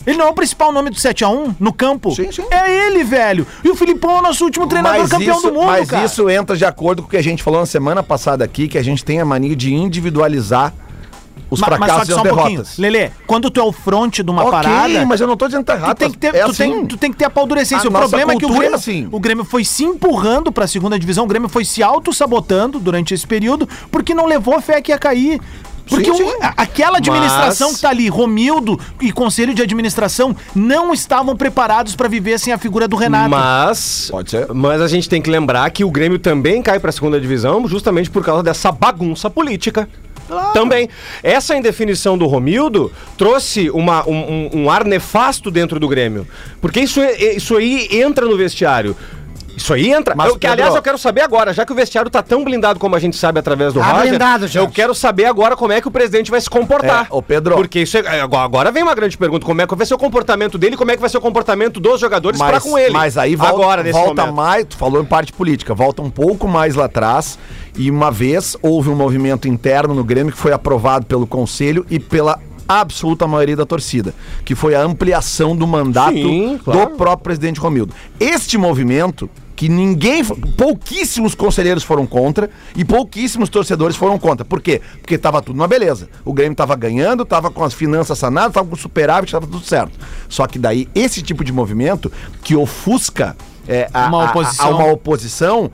[SPEAKER 3] Ele não é o principal nome do 7x1 no campo.
[SPEAKER 6] Sim, sim.
[SPEAKER 3] É ele, velho. E o Filipão é o nosso último treinador campeão
[SPEAKER 6] isso,
[SPEAKER 3] do mundo,
[SPEAKER 6] mas
[SPEAKER 3] cara.
[SPEAKER 6] isso entra de acordo com o que a gente falou na semana passada aqui, que a gente tem a mania de individualizar os
[SPEAKER 3] Ma-
[SPEAKER 6] fracassos e as derrotas.
[SPEAKER 3] um Lelê, quando tu é o fronte de uma
[SPEAKER 6] Ok,
[SPEAKER 3] parada.
[SPEAKER 6] mas eu não tô dizendo que tá
[SPEAKER 3] Tu
[SPEAKER 6] errado.
[SPEAKER 3] tem, que ter,
[SPEAKER 6] é
[SPEAKER 3] tu,
[SPEAKER 6] assim.
[SPEAKER 3] tem, tu tem que ter a pau durecência.
[SPEAKER 6] A
[SPEAKER 3] O
[SPEAKER 6] nossa
[SPEAKER 3] problema é que o
[SPEAKER 6] cultura é
[SPEAKER 3] Grêmio,
[SPEAKER 6] assim.
[SPEAKER 3] o Grêmio foi se empurrando pra segunda divisão, o Grêmio foi se auto-sabotando durante esse período, porque não levou a fé que ia cair. Porque
[SPEAKER 6] Sim,
[SPEAKER 3] o-
[SPEAKER 6] sim.
[SPEAKER 3] a- aquela administração
[SPEAKER 6] Mas-
[SPEAKER 3] que tá ali, Romildo e conselho de administração, não estavam preparados para viver sem a figura do Renato.
[SPEAKER 4] Mas. Mas a gente tem que lembrar que o Grêmio também cai pra segunda divisão justamente por causa dessa bagunça política. Também. Essa indefinição do Romildo trouxe uma- um, um- um ar nefasto dentro do Grêmio. Porque isso, é- isso aí entra no vestiário. Isso aí entra.
[SPEAKER 6] Mas,
[SPEAKER 4] Eu- que, aliás,
[SPEAKER 6] Pedro-
[SPEAKER 4] eu quero saber agora, já que o vestiário tá tão blindado como a gente sabe através do
[SPEAKER 8] Tá
[SPEAKER 4] Roger,
[SPEAKER 8] blindado, gente.
[SPEAKER 4] eu quero saber agora como é que o presidente vai se comportar.
[SPEAKER 6] É, ô, Pedro.
[SPEAKER 4] Porque isso é- agora agora vem uma grande pergunta, como é que vai ser o comportamento dele, como é que vai ser o comportamento dos jogadores pra com ele.
[SPEAKER 6] Mas aí volta,
[SPEAKER 4] agora nesse
[SPEAKER 6] volta
[SPEAKER 4] momento.
[SPEAKER 6] mais, tu falou em parte política, volta um pouco mais lá atrás. E uma vez houve um movimento interno no Grêmio que foi aprovado pelo Conselho e pela absoluta maioria da torcida, que foi a ampliação do mandato
[SPEAKER 4] Sim, claro.
[SPEAKER 6] do próprio presidente Romildo. Este movimento que ninguém, pouquíssimos conselheiros foram contra e pouquíssimos torcedores foram contra. Por quê? Porque tava tudo uma beleza. O Grêmio tava ganhando, tava com as finanças sanadas, tava com superávit, tava tudo certo. Só que daí esse tipo de movimento que ofusca é, a,
[SPEAKER 3] Uma
[SPEAKER 6] a- a-
[SPEAKER 3] oposição.
[SPEAKER 6] uma oposição,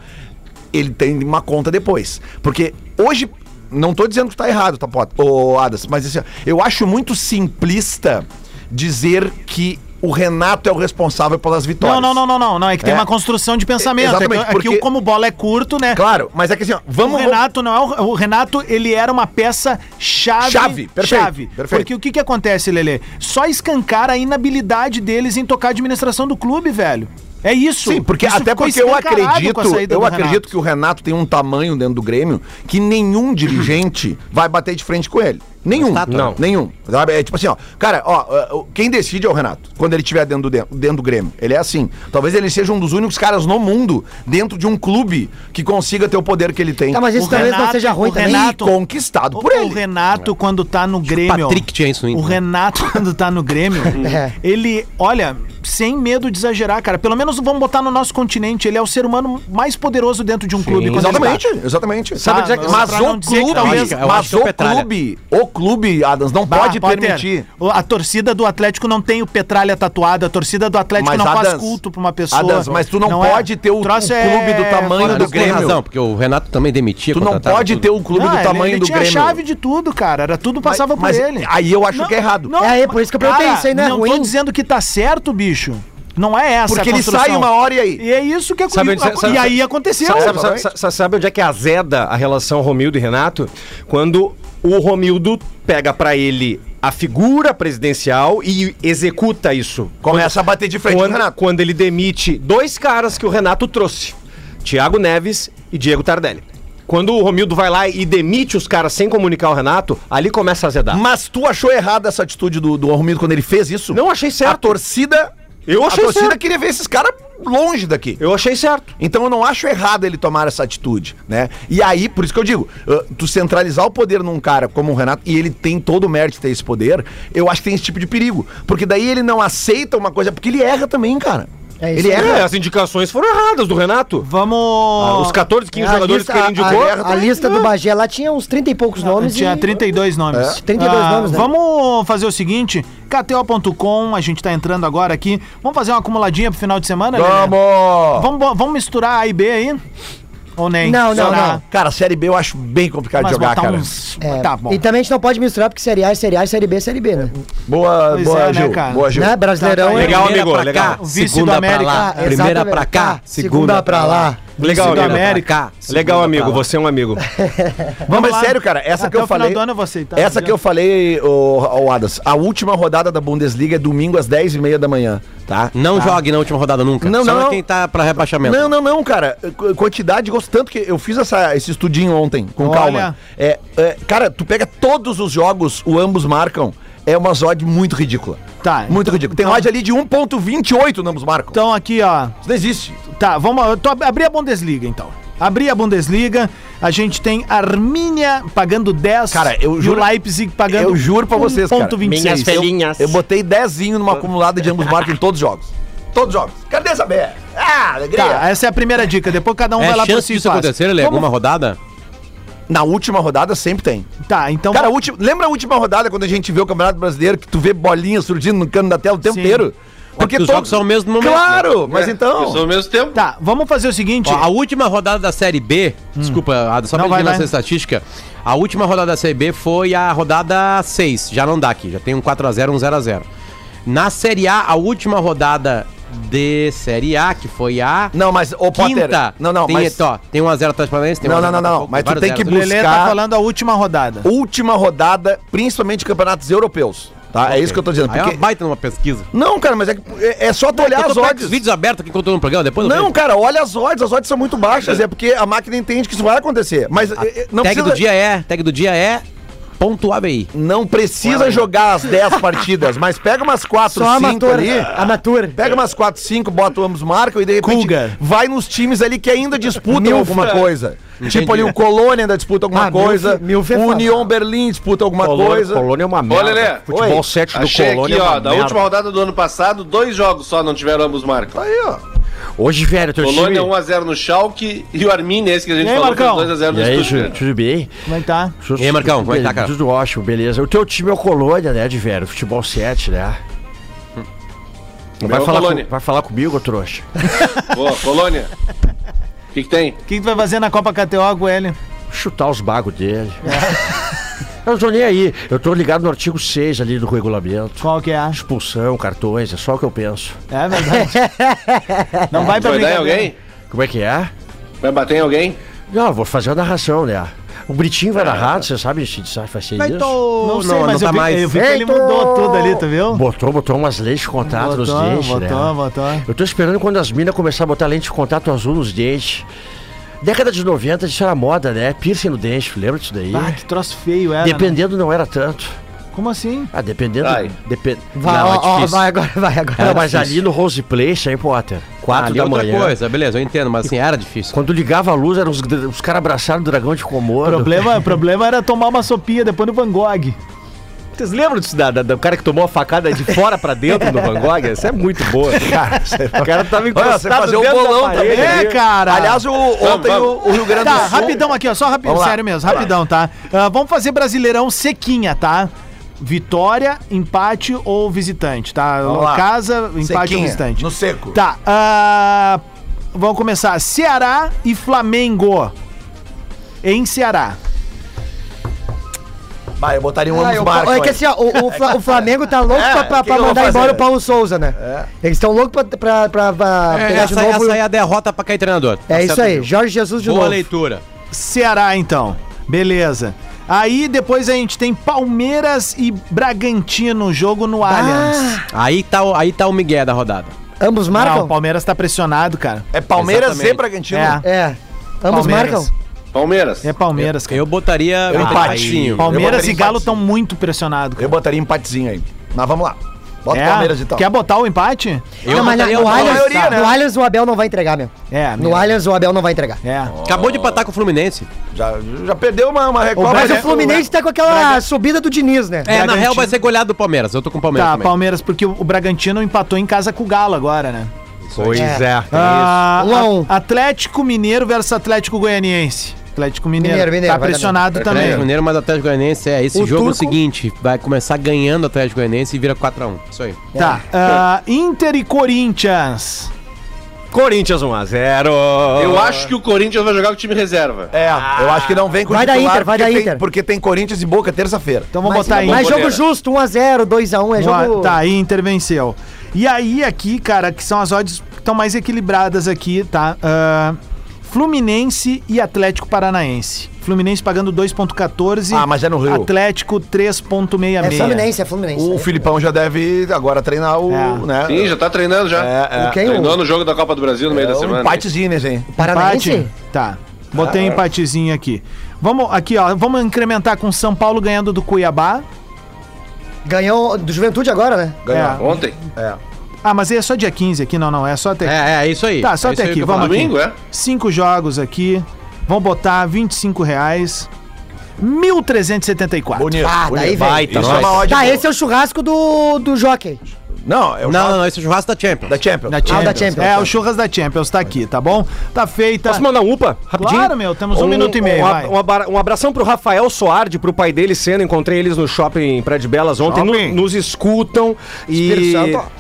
[SPEAKER 6] ele tem uma conta depois. Porque hoje, não tô dizendo que tá errado, tá, Pota? Ô, Adas, mas assim, ó, eu acho muito simplista dizer que o Renato é o responsável pelas vitórias.
[SPEAKER 3] Não, não, não, não, não, não. É que tem
[SPEAKER 6] É.
[SPEAKER 3] uma construção de pensamento.
[SPEAKER 6] Exatamente,
[SPEAKER 3] é que,
[SPEAKER 6] porque-
[SPEAKER 3] é que o- como bola é curto, né?
[SPEAKER 6] Claro, mas é que assim, ó,
[SPEAKER 3] O
[SPEAKER 6] vamos...
[SPEAKER 3] Renato não é o, o Renato, ele era uma peça chave.
[SPEAKER 6] Chave, perfeito,
[SPEAKER 3] chave.
[SPEAKER 6] perfeito.
[SPEAKER 3] Porque o que que acontece, Lelê? Só escancar a inabilidade deles em tocar a administração do clube, velho. É isso.
[SPEAKER 6] Sim, porque
[SPEAKER 3] Isso
[SPEAKER 6] até
[SPEAKER 3] ficou
[SPEAKER 6] porque eu
[SPEAKER 3] escancarado
[SPEAKER 6] acredito,
[SPEAKER 3] com a saída
[SPEAKER 6] eu
[SPEAKER 3] do Renato.
[SPEAKER 6] acredito que o Renato tem um tamanho dentro do Grêmio que nenhum dirigente vai bater de frente com ele. Nenhum. Não. Nenhum. Sabe? É tipo assim, ó. Cara, ó, ó, quem decide é o Renato, quando ele estiver dentro do, de- dentro do Grêmio. Ele é assim. Talvez ele seja um dos únicos caras no mundo, dentro de um clube, que consiga ter o poder que ele tem.
[SPEAKER 8] Tá, mas isso
[SPEAKER 3] O
[SPEAKER 8] talvez não
[SPEAKER 3] Renato-
[SPEAKER 8] seja ruim
[SPEAKER 3] o
[SPEAKER 8] também.
[SPEAKER 3] Renato-
[SPEAKER 6] E conquistado por
[SPEAKER 3] o,
[SPEAKER 6] ele. É.
[SPEAKER 3] O Renato, quando tá no Grêmio.
[SPEAKER 5] Patrick tinha isso, hein?
[SPEAKER 3] O Renato, quando tá no Grêmio,
[SPEAKER 8] É.
[SPEAKER 3] ele, olha, sem medo de exagerar, cara. Pelo menos vamos botar no nosso continente. Ele é o ser humano mais poderoso dentro de um clube. quando ele
[SPEAKER 6] Exatamente, exatamente.
[SPEAKER 3] Sabe onde é que-
[SPEAKER 6] mas
[SPEAKER 3] pra não
[SPEAKER 6] o
[SPEAKER 3] dizer que
[SPEAKER 6] clube,
[SPEAKER 3] talvez-
[SPEAKER 5] Eu acho
[SPEAKER 6] mas
[SPEAKER 5] que é o
[SPEAKER 6] o
[SPEAKER 5] Petralha.
[SPEAKER 6] clube, o clube, Adams, não
[SPEAKER 3] Bah,
[SPEAKER 6] pode
[SPEAKER 3] Potter,
[SPEAKER 6] permitir.
[SPEAKER 3] o- A torcida do Atlético não tem o Petralha tatuado, a torcida do Atlético
[SPEAKER 6] Mas,
[SPEAKER 3] não faz
[SPEAKER 6] Adams,
[SPEAKER 3] culto pra uma pessoa. é.
[SPEAKER 6] Adams, mas tu não pode ter o-
[SPEAKER 3] troço é
[SPEAKER 6] o clube do tamanho
[SPEAKER 3] fora
[SPEAKER 6] do
[SPEAKER 3] curso.
[SPEAKER 6] Grêmio.
[SPEAKER 5] porque o Renato também demitia.
[SPEAKER 6] Tu não
[SPEAKER 5] contratava
[SPEAKER 6] pode
[SPEAKER 5] tudo.
[SPEAKER 6] ter o clube
[SPEAKER 3] Não,
[SPEAKER 6] do
[SPEAKER 3] ele-
[SPEAKER 6] tamanho
[SPEAKER 3] ele
[SPEAKER 6] do
[SPEAKER 3] tinha
[SPEAKER 6] Grêmio.
[SPEAKER 3] a chave de tudo, cara. Era tudo passava
[SPEAKER 6] Mas-
[SPEAKER 3] por ele.
[SPEAKER 6] aí eu acho que é errado.
[SPEAKER 8] É, é por isso que eu perguntei, isso aí não é
[SPEAKER 3] não tô
[SPEAKER 8] ruim?
[SPEAKER 3] dizendo que tá certo, bicho. Não é essa a
[SPEAKER 6] Porque ele
[SPEAKER 3] construção.
[SPEAKER 6] sai uma hora e aí.
[SPEAKER 3] E é isso que
[SPEAKER 4] Sabe onde-
[SPEAKER 3] aconteceu.
[SPEAKER 4] sabe-
[SPEAKER 3] E aí aconteceu.
[SPEAKER 4] Sabe, sabe- sabe- sabe- sabe onde é que azeda a relação Romildo e Renato? Quando o Romildo pega pra ele a figura presidencial e executa isso.
[SPEAKER 6] Começa é a bater de frente com o
[SPEAKER 4] Quando,
[SPEAKER 6] Renato.
[SPEAKER 4] quando ele demite dois caras que o Renato trouxe: Thiago Neves e Diego Tardelli. Quando o Romildo vai lá e demite os caras sem comunicar o Renato, ali começa a azedar.
[SPEAKER 6] Mas tu achou errada essa atitude do, do Romildo quando ele fez isso?
[SPEAKER 4] Não achei certo.
[SPEAKER 6] A torcida.
[SPEAKER 4] Eu achei
[SPEAKER 6] A torcida
[SPEAKER 4] certo.
[SPEAKER 6] queria ver esses caras longe daqui.
[SPEAKER 4] Eu achei certo.
[SPEAKER 6] Então eu não acho errado ele tomar essa atitude, né? E aí, por isso que eu digo, ah, tu centralizar o poder num cara como o Renato, e ele tem todo o mérito de ter esse poder, eu acho que tem esse tipo de perigo. Porque daí ele não aceita uma coisa, porque ele erra também, cara.
[SPEAKER 8] É isso
[SPEAKER 6] ele
[SPEAKER 8] aí.
[SPEAKER 4] É,
[SPEAKER 6] erra.
[SPEAKER 4] as indicações foram erradas do Renato.
[SPEAKER 6] Ah,
[SPEAKER 3] Vamos.
[SPEAKER 4] Os 14,
[SPEAKER 6] é
[SPEAKER 4] 15
[SPEAKER 8] A
[SPEAKER 4] jogadores
[SPEAKER 8] lista-
[SPEAKER 4] que ele
[SPEAKER 8] a-
[SPEAKER 4] indicou.
[SPEAKER 8] a-
[SPEAKER 6] tá
[SPEAKER 8] A, lista do Bagé lá tinha uns 30 e poucos nomes.
[SPEAKER 3] Tinha
[SPEAKER 8] e-
[SPEAKER 3] 32 nomes. Ah,
[SPEAKER 8] É. 32 nomes, né?
[SPEAKER 3] Vamos fazer o seguinte: KTO.com, a gente tá entrando agora aqui. Vamos fazer uma acumuladinha pro final de semana? Lelê?
[SPEAKER 6] Vamos!
[SPEAKER 3] Vamos, bo- vamos misturar A e B aí? Ou nem?
[SPEAKER 8] Não, não,
[SPEAKER 3] Será?
[SPEAKER 8] não.
[SPEAKER 6] Cara, Série B eu acho bem complicado
[SPEAKER 3] Mas
[SPEAKER 6] de jogar,
[SPEAKER 3] botar
[SPEAKER 6] cara.
[SPEAKER 3] uns.
[SPEAKER 8] É.
[SPEAKER 3] Tá bom.
[SPEAKER 8] E também a gente não pode misturar porque Série A é Série A, Série B é Série B, né?
[SPEAKER 6] Boa,
[SPEAKER 3] Pois
[SPEAKER 6] boa,
[SPEAKER 3] é, né,
[SPEAKER 6] Gil.
[SPEAKER 3] cara?
[SPEAKER 6] boa, Gil.
[SPEAKER 8] Né?
[SPEAKER 6] tá,
[SPEAKER 8] Brasileirão é.
[SPEAKER 4] Legal,
[SPEAKER 5] Primeira
[SPEAKER 4] amigo,
[SPEAKER 5] pra
[SPEAKER 4] legal.
[SPEAKER 5] cá,
[SPEAKER 3] O vice
[SPEAKER 5] segunda
[SPEAKER 3] do América.
[SPEAKER 5] pra lá,
[SPEAKER 8] Ah,
[SPEAKER 5] primeira
[SPEAKER 8] exatamente.
[SPEAKER 5] pra cá,
[SPEAKER 8] Ah,
[SPEAKER 5] segunda pra lá.
[SPEAKER 4] Legal,
[SPEAKER 3] Segunda
[SPEAKER 4] amigo.
[SPEAKER 3] América.
[SPEAKER 4] Legal,
[SPEAKER 5] Ah, Segunda
[SPEAKER 4] amigo.
[SPEAKER 5] pra lá.
[SPEAKER 4] Você é um amigo.
[SPEAKER 6] Não, mas
[SPEAKER 3] lá.
[SPEAKER 6] sério, cara, essa
[SPEAKER 3] Até
[SPEAKER 6] que
[SPEAKER 3] o
[SPEAKER 6] eu
[SPEAKER 3] final
[SPEAKER 6] falei.
[SPEAKER 3] do ano é tá? eu vou aceitar,
[SPEAKER 6] essa
[SPEAKER 3] não
[SPEAKER 6] que eu falei, o, Adas, a última rodada da Bundesliga é domingo às 10h30 da manhã, tá?
[SPEAKER 5] Não
[SPEAKER 6] Tá.
[SPEAKER 5] jogue na última rodada nunca.
[SPEAKER 6] Não,
[SPEAKER 5] Só
[SPEAKER 6] não, não.
[SPEAKER 5] quem tá pra rebaixamento.
[SPEAKER 6] Não, não, não, cara. Qu- Quantidade de gols. Tanto que eu fiz essa, esse estudinho ontem, com
[SPEAKER 3] Olha.
[SPEAKER 6] calma. É, é, cara, tu pega todos os jogos, o ambos marcam. É uma odd muito ridícula.
[SPEAKER 3] Tá,
[SPEAKER 6] Muito
[SPEAKER 3] então-
[SPEAKER 6] ridícula. Tem
[SPEAKER 3] então-
[SPEAKER 6] odd ali de 1,28 no ambos marcam.
[SPEAKER 3] Então aqui, ó.
[SPEAKER 6] Isso não existe.
[SPEAKER 3] Tá, vamos. Eu tô, abri a Bundesliga então. Abri a Bundesliga. A gente tem Armínia pagando 10.
[SPEAKER 6] Cara, eu
[SPEAKER 3] E
[SPEAKER 6] juro-
[SPEAKER 3] o Leipzig pagando.
[SPEAKER 6] eu juro pra vocês, cara.
[SPEAKER 3] 1,26.
[SPEAKER 4] Minhas
[SPEAKER 6] Eu botei 10 numa acumulada de ambos marcam em todos os jogos. Todos os jogos. Cadê essa BR? Ah, alegria.
[SPEAKER 3] Tá, essa é a primeira dica. Depois cada um vai lá
[SPEAKER 5] É
[SPEAKER 3] pro
[SPEAKER 5] chance
[SPEAKER 3] si e
[SPEAKER 5] disso
[SPEAKER 3] faz.
[SPEAKER 5] acontecer, Lê?
[SPEAKER 3] Vamos-
[SPEAKER 5] Alguma rodada?
[SPEAKER 6] Na última rodada sempre tem.
[SPEAKER 3] Tá, então.
[SPEAKER 6] Cara, a última- lembra a última rodada quando a gente vê o Campeonato Brasileiro que tu vê bolinha surgindo no cano da tela o tempo
[SPEAKER 3] Sim.
[SPEAKER 6] inteiro? Porque
[SPEAKER 5] os
[SPEAKER 6] todo-
[SPEAKER 5] jogos são ao mesmo momento.
[SPEAKER 7] É.
[SPEAKER 6] Claro, mas então-
[SPEAKER 7] São ao mesmo tempo.
[SPEAKER 3] Tá, vamos fazer o seguinte.
[SPEAKER 5] Ó, a última rodada da Série B, desculpa, Adam, só
[SPEAKER 3] Não,
[SPEAKER 5] pra
[SPEAKER 3] vai,
[SPEAKER 5] gente
[SPEAKER 3] vai.
[SPEAKER 5] essa estatística, a última rodada da Série B foi a rodada 6, já não dá aqui, já tem um 4x0, um 0x0. Na Série A, a última rodada de Série A, que foi a
[SPEAKER 6] Não, mas o Potter.
[SPEAKER 5] quinta,
[SPEAKER 6] Não, não,
[SPEAKER 5] tem, então-
[SPEAKER 6] mas-
[SPEAKER 5] ó, tem 1x0 Atlético Paranaense, tem
[SPEAKER 6] Não,
[SPEAKER 5] 1 a 0
[SPEAKER 6] não, não, não,
[SPEAKER 5] Botafogo,
[SPEAKER 6] mas tu
[SPEAKER 5] vários
[SPEAKER 6] tem que
[SPEAKER 5] 0 a 0.
[SPEAKER 3] O Lelê tá
[SPEAKER 6] buscar-
[SPEAKER 3] falando a última rodada.
[SPEAKER 6] Última rodada, principalmente campeonatos europeus. Tá? É isso que eu tô dizendo.
[SPEAKER 5] Aí é uma
[SPEAKER 6] Porque...
[SPEAKER 5] baita numa pesquisa.
[SPEAKER 6] Não, cara, mas é, que, é, é só tu olhar
[SPEAKER 5] Eu
[SPEAKER 6] as
[SPEAKER 5] tô com
[SPEAKER 6] odds.
[SPEAKER 5] os vídeos abertos que encontrou no programa, depois eu
[SPEAKER 6] Não,
[SPEAKER 5] vejo.
[SPEAKER 6] cara, olha as odds. As odds são muito baixas. É porque a máquina entende que isso vai acontecer. Mas é, é, não
[SPEAKER 5] tag
[SPEAKER 6] precisa,
[SPEAKER 5] Ah, do dia é, tag do dia é ponto ABI.
[SPEAKER 6] não precisa jogar as 10 partidas, mas pega umas 4,
[SPEAKER 3] um
[SPEAKER 8] Só
[SPEAKER 6] 5
[SPEAKER 8] amateur.
[SPEAKER 6] ali.
[SPEAKER 3] Ah,
[SPEAKER 8] Amateur.
[SPEAKER 6] Pega umas 4, 5, bota ambos marcam e de repente
[SPEAKER 3] Kuga.
[SPEAKER 6] vai nos times ali que ainda disputam alguma coisa. Tipo ali o Colônia ainda disputa alguma
[SPEAKER 8] Ah, Milf-
[SPEAKER 6] coisa.
[SPEAKER 8] Milf é
[SPEAKER 6] o
[SPEAKER 8] foda.
[SPEAKER 6] Union Berlim disputa alguma coisa.
[SPEAKER 4] Colônia é uma merda.
[SPEAKER 7] Olha, Lelê.
[SPEAKER 4] Futebol
[SPEAKER 6] Oi.
[SPEAKER 4] 7 do
[SPEAKER 7] Achei
[SPEAKER 4] Colônia
[SPEAKER 7] aqui,
[SPEAKER 4] é uma
[SPEAKER 7] ó, da
[SPEAKER 4] merda.
[SPEAKER 7] última rodada do ano passado, dois jogos só não tiveram ambos marcam.
[SPEAKER 6] Aí, ó.
[SPEAKER 4] Hoje, velho, teu
[SPEAKER 7] Colônia é
[SPEAKER 4] time...
[SPEAKER 7] 1x0 no Schalke e o Arminia, esse que a gente
[SPEAKER 3] E aí,
[SPEAKER 7] falou,
[SPEAKER 3] Marcão?
[SPEAKER 7] 2x0 no
[SPEAKER 4] E aí, Ju,
[SPEAKER 7] Stuttgart.
[SPEAKER 4] tudo bem?
[SPEAKER 3] Como é que tá?
[SPEAKER 4] Tudo-
[SPEAKER 5] E aí, Marcão, como é que tá, cara?
[SPEAKER 4] Tudo ótimo, beleza. O teu time é o Colônia, né, de velho? Futebol 7, né?
[SPEAKER 7] Meu
[SPEAKER 4] Vai
[SPEAKER 7] é o
[SPEAKER 4] falar,
[SPEAKER 7] Colônia.
[SPEAKER 4] com- vai falar comigo, ô trouxa?
[SPEAKER 7] Boa, Colônia. O que, que tem?
[SPEAKER 3] O que, que tu vai fazer na Copa KTO, Goelho?
[SPEAKER 4] chutar os bagos dele.
[SPEAKER 3] É.
[SPEAKER 4] Eu não tô nem aí. Eu tô ligado no artigo 6 ali do regulamento.
[SPEAKER 3] Qual que é? a?
[SPEAKER 4] Expulsão, cartões, é só o que eu penso.
[SPEAKER 3] É verdade. Não vai pra
[SPEAKER 7] Vai dar em
[SPEAKER 3] brincadeira.
[SPEAKER 7] alguém?
[SPEAKER 4] Como é que é?
[SPEAKER 7] Vai bater em alguém?
[SPEAKER 4] Não, eu vou fazer a narração, né? O Britinho
[SPEAKER 3] É.
[SPEAKER 4] vai narrar, você sabe se sabe vai ser isso.
[SPEAKER 3] Não sei,
[SPEAKER 5] Não,
[SPEAKER 3] mas
[SPEAKER 5] não
[SPEAKER 3] eu,
[SPEAKER 5] tá
[SPEAKER 3] vi,
[SPEAKER 5] mais.
[SPEAKER 3] eu vi que ele mudou tudo ali, tu viu?
[SPEAKER 4] Botou, botou umas leis de contato nos
[SPEAKER 3] Botou,
[SPEAKER 4] dentes, né?
[SPEAKER 3] botou, botou.
[SPEAKER 4] Eu tô esperando quando as minas começar a botar lente de contato azul nos dentes. Década de 90, isso era moda, né? Piercing no dente, lembra disso daí?
[SPEAKER 3] Ah, que troço feio era. né?
[SPEAKER 4] dependendo não era tanto.
[SPEAKER 3] Como assim?
[SPEAKER 4] Ah, dependendo...
[SPEAKER 7] Ai.
[SPEAKER 4] Depen...
[SPEAKER 8] Vai,
[SPEAKER 4] Não, é
[SPEAKER 8] ó, ó,
[SPEAKER 4] difícil.
[SPEAKER 8] vai agora, vai agora. é
[SPEAKER 4] Não, mas ali no Rose Place, aí, Potter, 4
[SPEAKER 5] Ali é
[SPEAKER 4] da
[SPEAKER 5] outra
[SPEAKER 4] manhã.
[SPEAKER 5] coisa, beleza, eu entendo, mas assim, era difícil.
[SPEAKER 4] Quando ligava a luz, eram os, os caras abraçaram o dragão de
[SPEAKER 3] O
[SPEAKER 4] Komodo.
[SPEAKER 3] problema, o problema era tomar uma sopinha depois do Van Gogh.
[SPEAKER 4] Vocês lembram disso da, da- do cara que tomou a facada de fora pra dentro do Van Gogh? Isso é muito boa. Cara, o cara tava
[SPEAKER 6] Olha, você fazer um
[SPEAKER 4] dentro da
[SPEAKER 6] bolão
[SPEAKER 4] parede
[SPEAKER 6] também.
[SPEAKER 3] É,
[SPEAKER 4] ali.
[SPEAKER 3] cara.
[SPEAKER 6] Aliás, o, ontem
[SPEAKER 7] vamos.
[SPEAKER 6] O, o Rio Grande do
[SPEAKER 3] Tá,
[SPEAKER 6] Sul.
[SPEAKER 3] rapidão aqui, ó, só rapidão,
[SPEAKER 6] Vamos lá.
[SPEAKER 3] sério mesmo, rapidão, tá? Ah, vamos fazer Brasileirão sequinha, tá? Vitória, empate ou visitante, tá?
[SPEAKER 6] Vamos lá.
[SPEAKER 3] Casa, empate ou
[SPEAKER 6] Sequinha,
[SPEAKER 3] visitante.
[SPEAKER 6] No seco.
[SPEAKER 3] Tá, ah, vamos começar. Ceará e Flamengo. Em Ceará.
[SPEAKER 6] Vai, eu botaria um
[SPEAKER 8] Ah,
[SPEAKER 6] ambos
[SPEAKER 8] eu-
[SPEAKER 6] marcam.
[SPEAKER 8] é que
[SPEAKER 6] aí.
[SPEAKER 8] assim, ó, o, o Fla- o Flamengo tá louco
[SPEAKER 6] É,
[SPEAKER 8] pra, pra- pra
[SPEAKER 6] que que eu vou
[SPEAKER 8] mandar
[SPEAKER 6] fazer, É.
[SPEAKER 8] embora
[SPEAKER 6] né?
[SPEAKER 8] o Paulo Souza, né? Eles estão loucos pra, pra, pra, pra
[SPEAKER 5] É,
[SPEAKER 8] pegar de
[SPEAKER 5] essa,
[SPEAKER 8] novo.
[SPEAKER 5] essa é a derrota pra cair treinador. Tá
[SPEAKER 8] é isso
[SPEAKER 5] certo,
[SPEAKER 8] aí,
[SPEAKER 5] Gil.
[SPEAKER 8] Jorge Jesus de
[SPEAKER 5] Boa
[SPEAKER 8] novo.
[SPEAKER 5] leitura.
[SPEAKER 3] Ceará, então. Beleza. Aí depois a gente tem Palmeiras e Bragantino, jogo no Allianz.
[SPEAKER 5] Aí tá, o- aí tá o Miguel da rodada.
[SPEAKER 8] Ambos
[SPEAKER 3] Não,
[SPEAKER 8] marcam?
[SPEAKER 3] o Palmeiras tá pressionado, cara.
[SPEAKER 6] É Palmeiras e
[SPEAKER 5] Exatamente.
[SPEAKER 6] Bragantino.
[SPEAKER 3] É.
[SPEAKER 8] É. Ambos
[SPEAKER 3] Palmeiras.
[SPEAKER 8] marcam?
[SPEAKER 7] Palmeiras.
[SPEAKER 3] É Palmeiras, cara.
[SPEAKER 5] Eu botaria
[SPEAKER 6] Eu
[SPEAKER 5] botaria
[SPEAKER 6] empate.
[SPEAKER 5] empatinho.
[SPEAKER 6] Eu
[SPEAKER 3] Palmeiras
[SPEAKER 6] botaria
[SPEAKER 3] e Galo
[SPEAKER 6] empate.
[SPEAKER 3] estão muito pressionados, cara.
[SPEAKER 6] Eu botaria empatezinho aí. Mas vamos lá. Bota
[SPEAKER 3] É?
[SPEAKER 6] o Palmeiras então. e tal.
[SPEAKER 3] Quer botar o empate?
[SPEAKER 5] Eu
[SPEAKER 8] não, mas na-
[SPEAKER 5] botaria
[SPEAKER 8] no,
[SPEAKER 5] o
[SPEAKER 8] Allianz,
[SPEAKER 6] maioria, né?
[SPEAKER 8] no Allianz o Abel não vai entregar, meu.
[SPEAKER 3] É,
[SPEAKER 8] No Allianz o Abel não vai entregar.
[SPEAKER 3] É.
[SPEAKER 5] Acabou de empatar com o Fluminense.
[SPEAKER 6] Já, já perdeu uma, uma recopa.
[SPEAKER 8] Mas
[SPEAKER 6] né?
[SPEAKER 8] o Fluminense tá com aquela subida do Diniz, né?
[SPEAKER 5] É, na
[SPEAKER 3] Bragantino.
[SPEAKER 5] real vai ser goleado do Palmeiras. Eu tô com o Palmeiras
[SPEAKER 3] Tá,
[SPEAKER 5] também.
[SPEAKER 3] Palmeiras, porque o o Bragantino empatou em casa com o Galo agora, né?
[SPEAKER 4] Pois é.
[SPEAKER 3] Ah,
[SPEAKER 8] Um a um.
[SPEAKER 3] a- Atlético Mineiro versus Atlético Goianiense. Atlético Mineiro,
[SPEAKER 8] Mineiro, Mineiro,
[SPEAKER 3] tá
[SPEAKER 8] vai dar
[SPEAKER 3] pressionado
[SPEAKER 8] É.
[SPEAKER 5] Atlético
[SPEAKER 3] também.
[SPEAKER 5] Mineiro, mas o Atlético Goianiense é esse
[SPEAKER 6] O
[SPEAKER 5] jogo é o
[SPEAKER 6] turco-
[SPEAKER 5] seguinte, vai começar ganhando o Atlético Goianiense e vira 4x1. Isso aí.
[SPEAKER 3] Tá. ah, Inter e Corinthians.
[SPEAKER 4] Corinthians 1x0.
[SPEAKER 7] Eu acho que o Corinthians vai jogar com o time reserva.
[SPEAKER 6] É, eu acho que não vem com
[SPEAKER 8] Vai da
[SPEAKER 6] titular,
[SPEAKER 8] Inter, vai
[SPEAKER 6] porque
[SPEAKER 8] da
[SPEAKER 6] tem-
[SPEAKER 8] Inter.
[SPEAKER 6] Porque tem Corinthians e Boca terça-feira.
[SPEAKER 3] Então vamos
[SPEAKER 8] Mas-
[SPEAKER 3] botar Inter.
[SPEAKER 8] Mas jogo
[SPEAKER 7] Bomboneira.
[SPEAKER 8] justo, 1x0, 2x1, é
[SPEAKER 3] Boa,
[SPEAKER 8] jogo...
[SPEAKER 3] Tá, aí intervenceu. E aí, aqui, cara, que são as odds que estão mais equilibradas aqui, tá? Ah, Fluminense e Atlético Paranaense. Fluminense pagando 2,14.
[SPEAKER 6] Ah, mas é no Rio.
[SPEAKER 3] Atlético 3,66.
[SPEAKER 8] É Fluminense, é Fluminense.
[SPEAKER 6] O Filipão já deve agora treinar o.
[SPEAKER 3] É.
[SPEAKER 6] Né,
[SPEAKER 7] Sim, já tá treinando já.
[SPEAKER 6] É, é.
[SPEAKER 8] O quem?
[SPEAKER 7] Treinou
[SPEAKER 8] O-
[SPEAKER 7] no jogo da Copa do Brasil no meio
[SPEAKER 6] é
[SPEAKER 7] da
[SPEAKER 6] um
[SPEAKER 7] semana.
[SPEAKER 6] empatezinho, né, gente?
[SPEAKER 8] Paranaense?
[SPEAKER 3] Empate? Tá. Botei empatezinho aqui. Vamos aqui, ó. Vamos incrementar com São Paulo ganhando do Cuiabá.
[SPEAKER 8] Ganhou do Juventude agora, né?
[SPEAKER 3] É.
[SPEAKER 7] Ontem.
[SPEAKER 3] Ah, mas aí é só dia 15 aqui, não, não. É só até
[SPEAKER 5] É, é isso aí.
[SPEAKER 3] Tá, só
[SPEAKER 5] É isso
[SPEAKER 3] até
[SPEAKER 5] aí
[SPEAKER 3] aqui,
[SPEAKER 5] que eu
[SPEAKER 3] vamos
[SPEAKER 5] falo.
[SPEAKER 3] aqui.
[SPEAKER 7] Domingo, é?
[SPEAKER 3] Cinco jogos aqui. Vão botar 25 reais. 1.374.
[SPEAKER 6] Bonito.
[SPEAKER 8] Ah,
[SPEAKER 6] bonito.
[SPEAKER 8] daí, velho.
[SPEAKER 6] Isso é uma ódio.
[SPEAKER 8] Tá, esse é o churrasco do, do Jockey. Ah,
[SPEAKER 6] Não, é o
[SPEAKER 5] Não, não, esse é o churrasco da Champions. Ah,
[SPEAKER 6] Da Champions.
[SPEAKER 3] Da Champions.
[SPEAKER 8] da Champions.
[SPEAKER 3] É, o churras da Champions tá aqui, tá bom? Tá feita.
[SPEAKER 4] Posso mandar um UPA? Rapidinho?
[SPEAKER 3] Claro, meu, temos um minuto e meio,
[SPEAKER 4] Um,
[SPEAKER 3] vai.
[SPEAKER 4] um abra- um abração pro Rafael Soardi, pro pai dele, Senna. Encontrei eles no shopping Praia de Belas ontem. No-
[SPEAKER 3] Shopping.
[SPEAKER 4] nos escutam e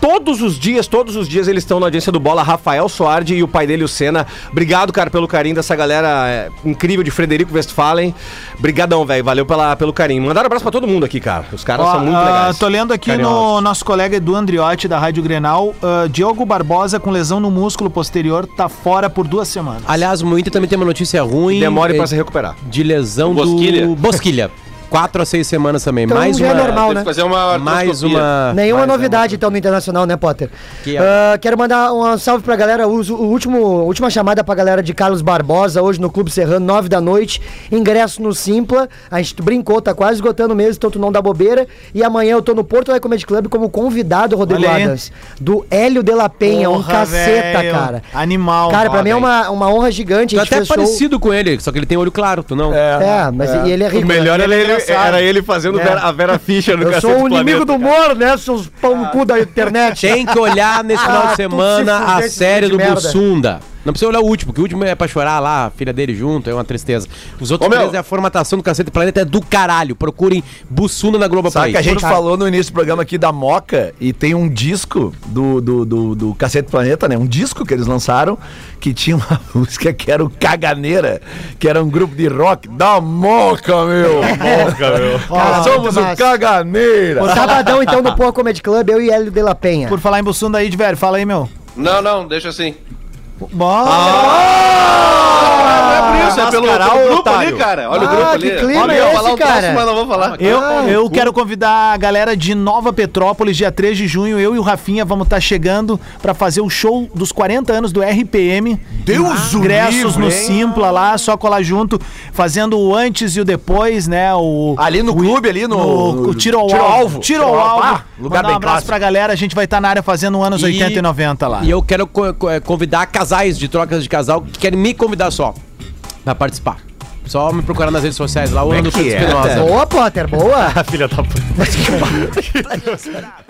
[SPEAKER 4] todos os dias, todos os dias eles estão na audiência do Bola. Rafael Soardi e o pai dele, o Senna. Obrigado, cara, pelo carinho dessa galera é, incrível de Frederico Westphalen. Obrigadão, velho. Valeu pela, pelo carinho. Mandaram abraço pra todo mundo aqui, cara. Os caras
[SPEAKER 3] Ó,
[SPEAKER 4] são muito
[SPEAKER 3] ah,
[SPEAKER 4] legais.
[SPEAKER 3] Tô lendo aqui no
[SPEAKER 4] Carinhosos.
[SPEAKER 3] nosso colega Edu Andriotti, da Rádio Grenal. ah, Diogo Barbosa, com lesão no músculo posterior, tá fora por duas semanas.
[SPEAKER 5] Aliás, o Inter também tem uma notícia ruim.
[SPEAKER 4] Demore pra
[SPEAKER 5] eh,
[SPEAKER 4] se recuperar.
[SPEAKER 5] De lesão
[SPEAKER 7] Bosquilha.
[SPEAKER 5] do... Bosquilha. Quatro a seis semanas também.
[SPEAKER 8] Então,
[SPEAKER 5] mais
[SPEAKER 8] já é
[SPEAKER 5] uma...
[SPEAKER 8] normal,
[SPEAKER 7] Teve
[SPEAKER 8] né?
[SPEAKER 7] que fazer uma
[SPEAKER 5] Mais
[SPEAKER 7] artroscopia.
[SPEAKER 5] uma...
[SPEAKER 8] Nenhuma
[SPEAKER 5] mais uma-
[SPEAKER 8] novidade, então, no Internacional, né, Potter?
[SPEAKER 5] Que é-
[SPEAKER 8] Ah, quero mandar um salve pra galera. O, o último, última chamada pra galera de Carlos Barbosa, hoje no Clube Serrano, 9 da noite. Ingresso no Simpla. A gente brincou, tá quase esgotando mesmo, então tu não dá bobeira. E amanhã eu tô no Porto Live Comedy Club como convidado, Rodrigo
[SPEAKER 3] Olha aí.
[SPEAKER 8] Adams, do Hélio de la Penha, um
[SPEAKER 3] Porra,
[SPEAKER 8] caceta,
[SPEAKER 3] velho.
[SPEAKER 8] cara.
[SPEAKER 3] Animal.
[SPEAKER 8] Cara, pra
[SPEAKER 3] Ó,
[SPEAKER 8] mim é
[SPEAKER 3] velho.
[SPEAKER 8] uma, uma honra gigante.
[SPEAKER 5] Tu
[SPEAKER 8] a
[SPEAKER 5] é
[SPEAKER 8] gente
[SPEAKER 5] até
[SPEAKER 8] fez show-
[SPEAKER 5] parecido com ele, só que ele tem olho claro, tu não?
[SPEAKER 8] É, mas e ele é rico.
[SPEAKER 4] O melhor
[SPEAKER 8] né?
[SPEAKER 4] era
[SPEAKER 8] engraçado.
[SPEAKER 4] ele, era ele fazendo
[SPEAKER 8] É.
[SPEAKER 4] Vera- a Vera Fischer no
[SPEAKER 8] Eu
[SPEAKER 4] Cacete
[SPEAKER 8] sou o inimigo
[SPEAKER 4] Planeta,
[SPEAKER 8] do
[SPEAKER 4] cara.
[SPEAKER 8] humor, né, seus pão no cu da internet.
[SPEAKER 5] Tem que olhar nesse final
[SPEAKER 8] Ah,
[SPEAKER 5] de
[SPEAKER 8] tu se
[SPEAKER 5] semana
[SPEAKER 8] fuder,
[SPEAKER 5] a
[SPEAKER 8] esse
[SPEAKER 5] série
[SPEAKER 8] filho de
[SPEAKER 5] do
[SPEAKER 8] merda.
[SPEAKER 5] Bussunda. Não precisa olhar o último, porque o último é pra chorar lá, a filha dele junto, é uma tristeza. Os outros
[SPEAKER 7] Ô, meu.
[SPEAKER 5] três é a formatação do Cacete Planeta, é do caralho. Procurem Bussunda na Globo País.
[SPEAKER 6] Sabe que a gente falou no início do programa aqui da Moca e tem um disco do, do, do, do Cacete Planeta, né? Um disco que eles lançaram que tinha uma música que era o Caganeira, que era um grupo de rock da Moca, meu! Moca, meu!
[SPEAKER 8] Cara,
[SPEAKER 6] Somos
[SPEAKER 8] muito
[SPEAKER 6] o
[SPEAKER 8] massa.
[SPEAKER 6] Caganeira!
[SPEAKER 8] O sabadão, então, do Porco Comedy Club, eu e Hélio de la Penha.
[SPEAKER 3] Por falar em Bussunda aí, de velho, fala aí, meu.
[SPEAKER 7] Não, não, deixa assim.
[SPEAKER 3] Bora!
[SPEAKER 7] não é por
[SPEAKER 6] Ah,
[SPEAKER 7] isso, é pelo,
[SPEAKER 4] mascarar
[SPEAKER 7] pelo
[SPEAKER 4] o
[SPEAKER 7] grupo
[SPEAKER 4] otário.
[SPEAKER 7] ali, cara. Olha
[SPEAKER 8] Ah,
[SPEAKER 7] o grupo ali.
[SPEAKER 8] que clima
[SPEAKER 7] Olha,
[SPEAKER 8] é
[SPEAKER 7] eu ia
[SPEAKER 8] esse,
[SPEAKER 7] falar o
[SPEAKER 8] cara?
[SPEAKER 7] próximo, mas não vou falar.
[SPEAKER 3] Eu, Então,
[SPEAKER 6] Ah,
[SPEAKER 3] eu quero convidar a galera de Nova Petrópolis, dia 3 de junho. Eu e o Rafinha vamos estar chegando para fazer o show dos 40 anos do RPM.
[SPEAKER 6] Deus o
[SPEAKER 3] Ingressos
[SPEAKER 6] livre,
[SPEAKER 3] no
[SPEAKER 6] hein?
[SPEAKER 3] Simpla lá, só colar junto, fazendo o antes e o depois, né? O,
[SPEAKER 6] Ali no clube, ali no.
[SPEAKER 3] no, o tiro ao
[SPEAKER 6] Ah, tiro
[SPEAKER 3] alvo.
[SPEAKER 6] Tiro ao alvo. Ah, lugar
[SPEAKER 3] Mandar
[SPEAKER 6] bem
[SPEAKER 3] um abraço
[SPEAKER 6] clássico.
[SPEAKER 3] pra galera. A gente vai estar na área fazendo anos 80 e 90 lá.
[SPEAKER 5] E eu quero co- co- eh, convidar casais de trocas de casal que querem me convidar só pra participar. Só me procurar nas redes
[SPEAKER 3] é
[SPEAKER 5] sociais lá, o Nando Santos Espinosa.
[SPEAKER 8] Boa, Potter, boa.
[SPEAKER 4] Filha da puta.